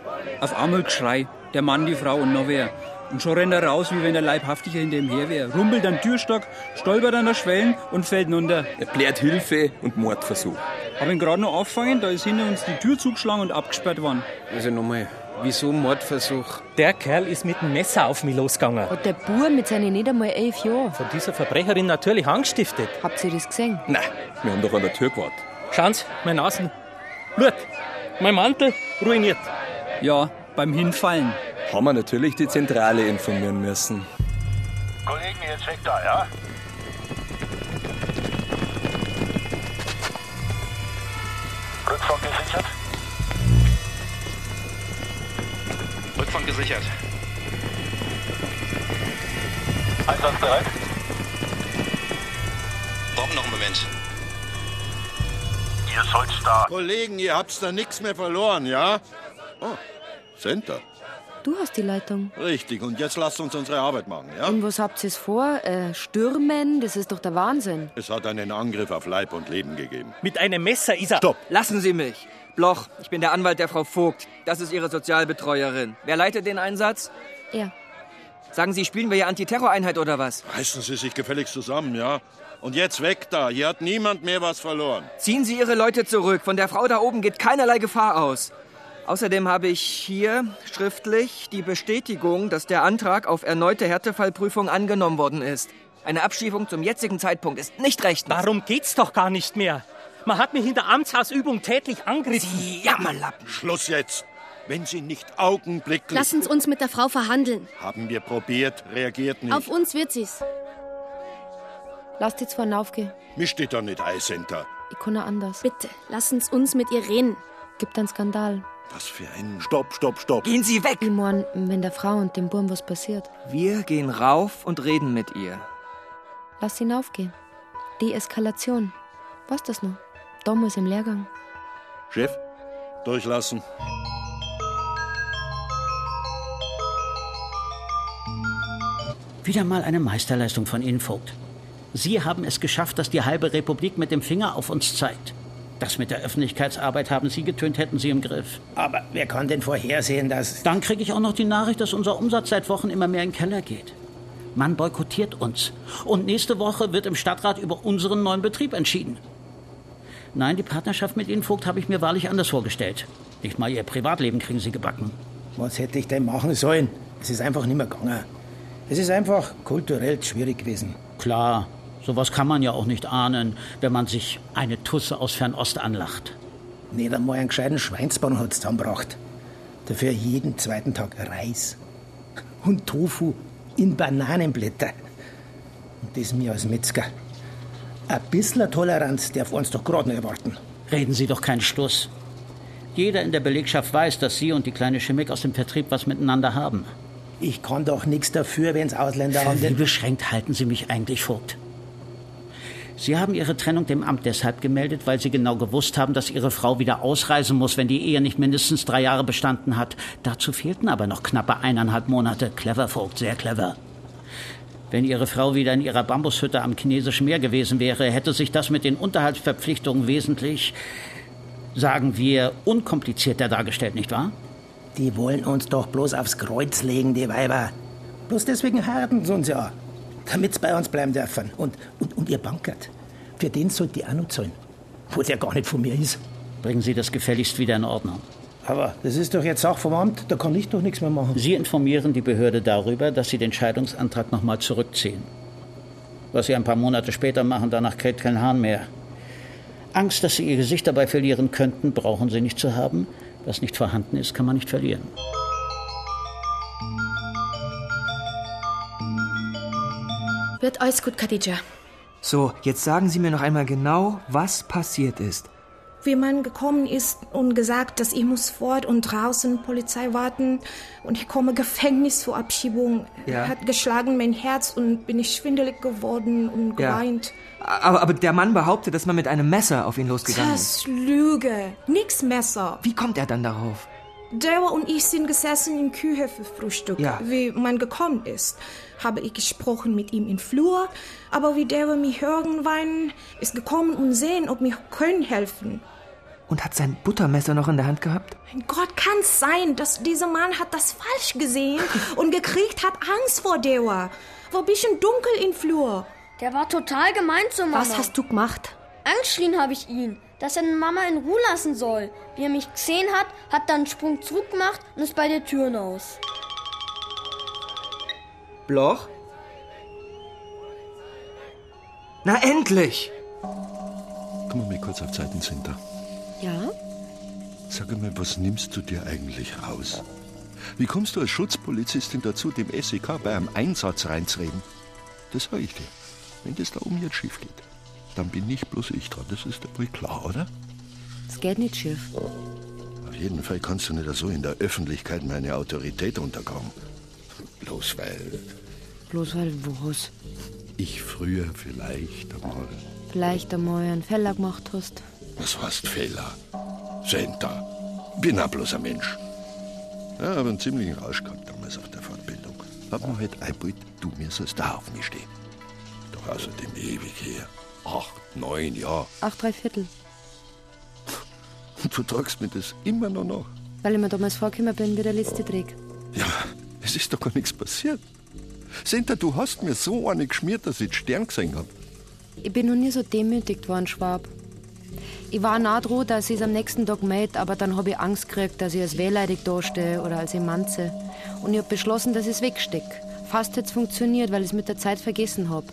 Speaker 29: Auf einmal Geschrei, der Mann, die Frau und noch wer. Und schon rennt er raus, wie wenn der Leibhaftige hinter ihm her wäre. Rumpelt am Türstock, stolpert an der Schwellen und fällt runter.
Speaker 28: Er plärt Hilfe und Mordversuch.
Speaker 29: Hab ihn gerade noch aufgefangen, da ist hinter uns die Tür zugeschlagen und abgesperrt worden.
Speaker 8: Also nochmal, wieso Mordversuch?
Speaker 19: Der Kerl ist mit dem Messer auf mich losgegangen.
Speaker 27: Hat der Bur mit seinen nicht einmal elf Jahren.
Speaker 19: Von dieser Verbrecherin natürlich angestiftet.
Speaker 27: Habt ihr das gesehen?
Speaker 29: Nein.
Speaker 28: Wir haben doch an der Tür gewartet.
Speaker 19: Schauen Sie, mein Nasen. Blut. Mein Mantel ruiniert. Ja, beim Hinfallen.
Speaker 28: Haben wir natürlich die Zentrale informieren müssen.
Speaker 14: Kollegen, jetzt weg da, ja? Rückfahrt gesichert.
Speaker 3: Rückfahrt gesichert.
Speaker 14: Einsatzbereit.
Speaker 3: Brauchen noch einen Moment.
Speaker 14: Ihr sollt da.
Speaker 29: Kollegen, ihr habt's da nichts mehr verloren, ja? Oh, Center.
Speaker 27: Du hast die Leitung.
Speaker 29: Richtig, und jetzt lasst uns unsere Arbeit machen, ja?
Speaker 27: Und was habt ihr vor? Äh, stürmen? Das ist doch der Wahnsinn.
Speaker 29: Es hat einen Angriff auf Leib und Leben gegeben.
Speaker 9: Mit einem Messer, Isa.
Speaker 29: Stopp.
Speaker 9: Lassen Sie mich. Bloch, ich bin der Anwalt der Frau Vogt. Das ist Ihre Sozialbetreuerin. Wer leitet den Einsatz?
Speaker 27: Er.
Speaker 9: Sagen Sie, spielen wir ja Antiterroreinheit oder was?
Speaker 29: Reißen Sie sich gefälligst zusammen, ja?
Speaker 8: Und jetzt weg da. Hier hat niemand mehr was verloren.
Speaker 9: Ziehen Sie Ihre Leute zurück. Von der Frau da oben geht keinerlei Gefahr aus. Außerdem habe ich hier schriftlich die Bestätigung, dass der Antrag auf erneute Härtefallprüfung angenommen worden ist. Eine Abschiebung zum jetzigen Zeitpunkt ist nicht rechtens.
Speaker 13: Darum geht's doch gar nicht mehr. Man hat mich in der Amtsausübung tätlich angegriffen. Sie
Speaker 8: Jammerlappen. Schluss jetzt. Wenn Sie nicht augenblicklich...
Speaker 5: Lassen Sie uns mit der Frau verhandeln.
Speaker 8: Haben wir probiert, reagiert nicht.
Speaker 5: Auf uns wird sie's.
Speaker 7: Lasst jetzt vorne aufgehen.
Speaker 8: Mir steht da nicht eins hinter.
Speaker 7: Ich kann auch anders.
Speaker 5: Bitte, lassen Sie uns mit ihr reden.
Speaker 7: Gibt einen Skandal.
Speaker 8: Was für ein... Stopp, stopp, stopp.
Speaker 9: Gehen Sie weg!
Speaker 7: Ich mein, wenn der Frau und dem Burm was passiert.
Speaker 9: Wir gehen rauf und reden mit ihr.
Speaker 7: Lass ihn aufgehen. Deeskalation. Was das noch? Dom ist im Lehrgang.
Speaker 8: Chef, durchlassen.
Speaker 25: Wieder mal eine Meisterleistung von Ihnen, Vogt. Sie haben es geschafft, dass die halbe Republik mit dem Finger auf uns zeigt. Das mit der Öffentlichkeitsarbeit haben Sie getönt, hätten Sie im Griff.
Speaker 3: Aber wer kann denn vorhersehen, dass...
Speaker 25: Dann kriege ich auch noch die Nachricht, dass unser Umsatz seit Wochen immer mehr in den Keller geht. Man boykottiert uns. Und nächste Woche wird im Stadtrat über unseren neuen Betrieb entschieden. Nein, die Partnerschaft mit Ihnen, Vogt, habe ich mir wahrlich anders vorgestellt. Nicht mal Ihr Privatleben kriegen Sie gebacken.
Speaker 3: Was hätte ich denn machen sollen? Es ist einfach nicht mehr gegangen. Es ist einfach kulturell schwierig gewesen.
Speaker 25: Klar, sowas kann man ja auch nicht ahnen, wenn man sich eine Tusse aus Fernost anlacht.
Speaker 3: Nicht einmal einen gescheiten Schweinsbahn hat es zusammengebracht. Dafür jeden zweiten Tag Reis und Tofu in Bananenblätter. Und das mir als Metzger. Ein bisschen Toleranz darf uns doch gerade noch erwarten.
Speaker 25: Reden Sie doch keinen Schluss. Jeder in der Belegschaft weiß, dass Sie und die kleine Chemik aus dem Vertrieb was miteinander haben.
Speaker 3: Ich kann doch nichts dafür, wenn es Ausländer
Speaker 25: Für
Speaker 3: haben.
Speaker 25: Wie beschränkt halten Sie mich eigentlich, Vogt? Sie haben Ihre Trennung dem Amt deshalb gemeldet, weil Sie genau gewusst haben, dass Ihre Frau wieder ausreisen muss, wenn die Ehe nicht mindestens drei Jahre bestanden hat. Dazu fehlten aber noch knappe eineinhalb Monate. Clever, Vogt, sehr clever. Wenn Ihre Frau wieder in ihrer Bambushütte am chinesischen Meer gewesen wäre, hätte sich das mit den Unterhaltsverpflichtungen wesentlich, sagen wir, unkomplizierter dargestellt, nicht wahr?
Speaker 3: Die wollen uns doch bloß aufs Kreuz legen, die Weiber. Bloß deswegen heiraten sie uns ja. Damit sie bei uns bleiben dürfen. Und, und, und ihr Bankert. Für den sollt ihr auch noch zahlen. Wo der gar nicht von mir ist.
Speaker 25: Bringen Sie das gefälligst wieder in Ordnung.
Speaker 3: Aber das ist doch jetzt auch vom Amt. Da kann ich doch nichts mehr machen.
Speaker 25: Sie informieren die Behörde darüber, dass Sie den Scheidungsantrag nochmal zurückziehen. Was Sie ein paar Monate später machen, danach kräht kein Hahn mehr. Angst, dass Sie Ihr Gesicht dabei verlieren könnten, brauchen Sie nicht zu haben. Was nicht vorhanden ist, kann man nicht verlieren.
Speaker 5: Wird alles gut, Khadija.
Speaker 9: So, jetzt sagen Sie mir noch einmal genau, was passiert ist.
Speaker 11: Wie man gekommen ist und gesagt, dass ich muss fort und draußen Polizei warten und ich komme Gefängnis vor Abschiebung.
Speaker 9: Ja.
Speaker 11: Hat geschlagen mein Herz und bin ich schwindelig geworden und
Speaker 9: Ja.
Speaker 11: geweint.
Speaker 9: Aber, aber der Mann behauptet, dass man mit einem Messer auf ihn losgegangen ist.
Speaker 11: Das Lüge. Nix Messer.
Speaker 9: Wie kommt er dann darauf?
Speaker 11: Dörr und ich sind gesessen im Kühe für Frühstück,
Speaker 9: Ja.
Speaker 11: wie man gekommen ist. Habe ich gesprochen mit ihm im Flur, aber wie Dörr mich hören weinen, ist gekommen und sehen, ob mir können helfen.
Speaker 9: Und hat sein Buttermesser noch in der Hand gehabt?
Speaker 11: Mein Gott, kann's sein, dass dieser Mann hat das falsch gesehen und gekriegt hat Angst vor Dörr. War bisschen dunkel im Flur.
Speaker 21: Der war total gemein zu Mama.
Speaker 5: Was hast du gemacht?
Speaker 21: Angeschrien habe ich ihn, dass er Mama in Ruhe lassen soll. Wie er mich gesehen hat, hat dann einen Sprung zurück gemacht und ist bei der Tür hinaus.
Speaker 9: Bloch? Na endlich!
Speaker 29: Komm mal kurz auf Zeitensinter.
Speaker 7: Ja?
Speaker 29: Sag einmal, was nimmst du dir eigentlich raus? Wie kommst du als Schutzpolizistin dazu, dem SEK bei einem Einsatz reinzureden? Das sage ich dir. Wenn das da oben jetzt schief geht, dann bin nicht bloß ich dran. Das ist dir wohl klar, oder?
Speaker 7: Es geht nicht schief.
Speaker 29: Auf jeden Fall kannst du nicht so in der Öffentlichkeit meine Autorität untergraben. Bloß weil
Speaker 7: Bloß weil was
Speaker 29: ich früher vielleicht einmal...
Speaker 7: vielleicht einmal einen Fehler gemacht hast.
Speaker 29: Was heißt Fehler? Senta. Bin auch bloß ein Mensch. Ja, habe einen ziemlichen Rausch gehabt damals auf der Fortbildung. Hab mir halt eingebildet, du mir sollst da auf mich stehen. Doch außerdem ewig her. Acht, neun Jahre.
Speaker 7: Ach, drei Viertel.
Speaker 29: Und du tragst mir das immer noch nach.
Speaker 7: Weil ich mir damals vorgekommen bin wie der letzte Trick.
Speaker 29: Ja, es ist doch gar nichts passiert. Senta, du hast mir so eine geschmiert, dass ich den Stern gesehen hab.
Speaker 7: Ich bin noch nie so demütigt worden, Schwab. Ich war nah dran, dass ich es am nächsten Tag meld, aber dann habe ich Angst gekriegt, dass ich als wehleidig dastehe oder als Emanze. Und ich habe beschlossen, dass ich es wegstecke. Fast hat's funktioniert, weil ich es mit der Zeit vergessen habe.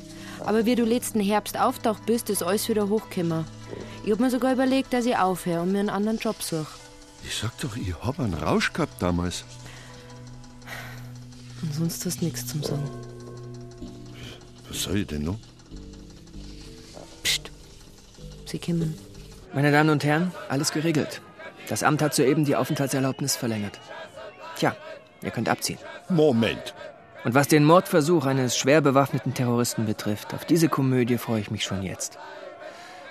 Speaker 7: Aber wie du letzten Herbst auftaucht bist, ist alles wieder hochgekommen. Ich habe mir sogar überlegt, dass ich aufhöre und mir einen anderen Job suche.
Speaker 29: Ich sag doch, ich hab einen Rausch gehabt damals.
Speaker 7: Und sonst hast du nichts zum Sagen.
Speaker 29: Was soll ich denn noch?
Speaker 7: Sie kommen.
Speaker 9: Meine Damen und Herren, alles geregelt. Das Amt hat soeben die Aufenthaltserlaubnis verlängert. Tja, ihr könnt abziehen.
Speaker 29: Moment.
Speaker 9: Und was den Mordversuch eines schwer bewaffneten Terroristen betrifft, auf diese Komödie freue ich mich schon jetzt.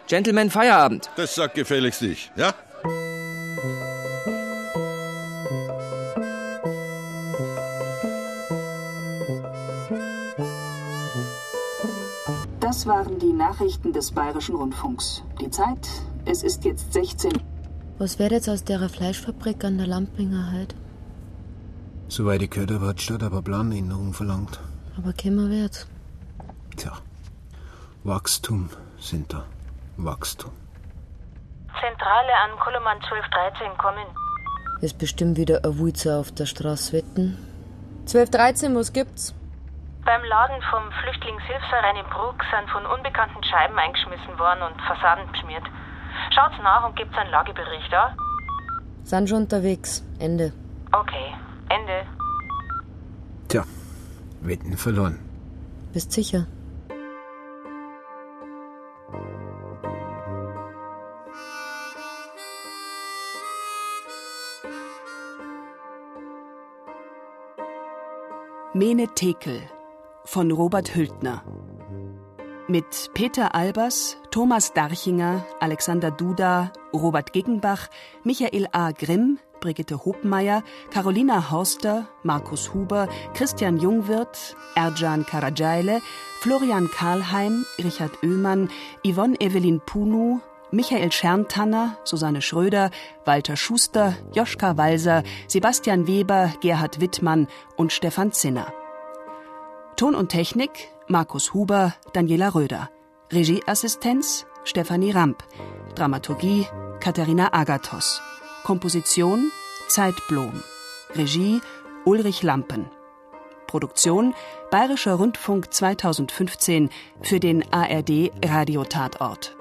Speaker 9: Gentlemen, Feierabend.
Speaker 29: Das sag gefälligst ich, ja?
Speaker 30: Das waren die Nachrichten des Bayerischen Rundfunks. Die Zeit, es ist jetzt 16
Speaker 7: Was wird jetzt aus der Fleischfabrik an der Lampinger halt?
Speaker 8: Soweit ich gehört habe, hat die Stadt aber Planänderung verlangt.
Speaker 7: Aber kämmer wert.
Speaker 8: Tja, Wachstum sind da. Wachstum.
Speaker 21: Zentrale an Koloman 1213 kommen.
Speaker 7: Ist bestimmt wieder ein Wulzer auf der Straße wetten. 1213, was gibt's?
Speaker 21: Beim Laden vom Flüchtlingshilfsverein in Bruck sind von unbekannten Scheiben eingeschmissen worden und Fassaden beschmiert. Schaut's nach und gebt's einen Lagebericht, ja?
Speaker 7: Sind schon unterwegs. Ende.
Speaker 21: Okay, Ende.
Speaker 8: Tja, Wetten verloren.
Speaker 7: Bist sicher?
Speaker 4: Mene Tekel von Robert Hültner. Mit Peter Albers, Thomas Darchinger, Alexander Duda, Robert Gegenbach, Michael A. Grimm, Brigitte Hopmeier, Carolina Horster, Markus Huber, Christian Jungwirth, Erjan Karajaile, Florian Karlheim, Richard Oehmann, Yvonne Evelyn Puno, Michael Scherntanner, Susanne Schröder, Walter Schuster, Joschka Walser, Sebastian Weber, Gerhard Wittmann und Stefan Zinner. Ton und Technik Markus Huber, Daniela Röder. Regieassistenz Stefanie Ramp. Dramaturgie Katharina Agathos. Komposition Zeit Blom. Regie Ulrich Lampen. Produktion Bayerischer Rundfunk 2015 für den ARD Radiotatort.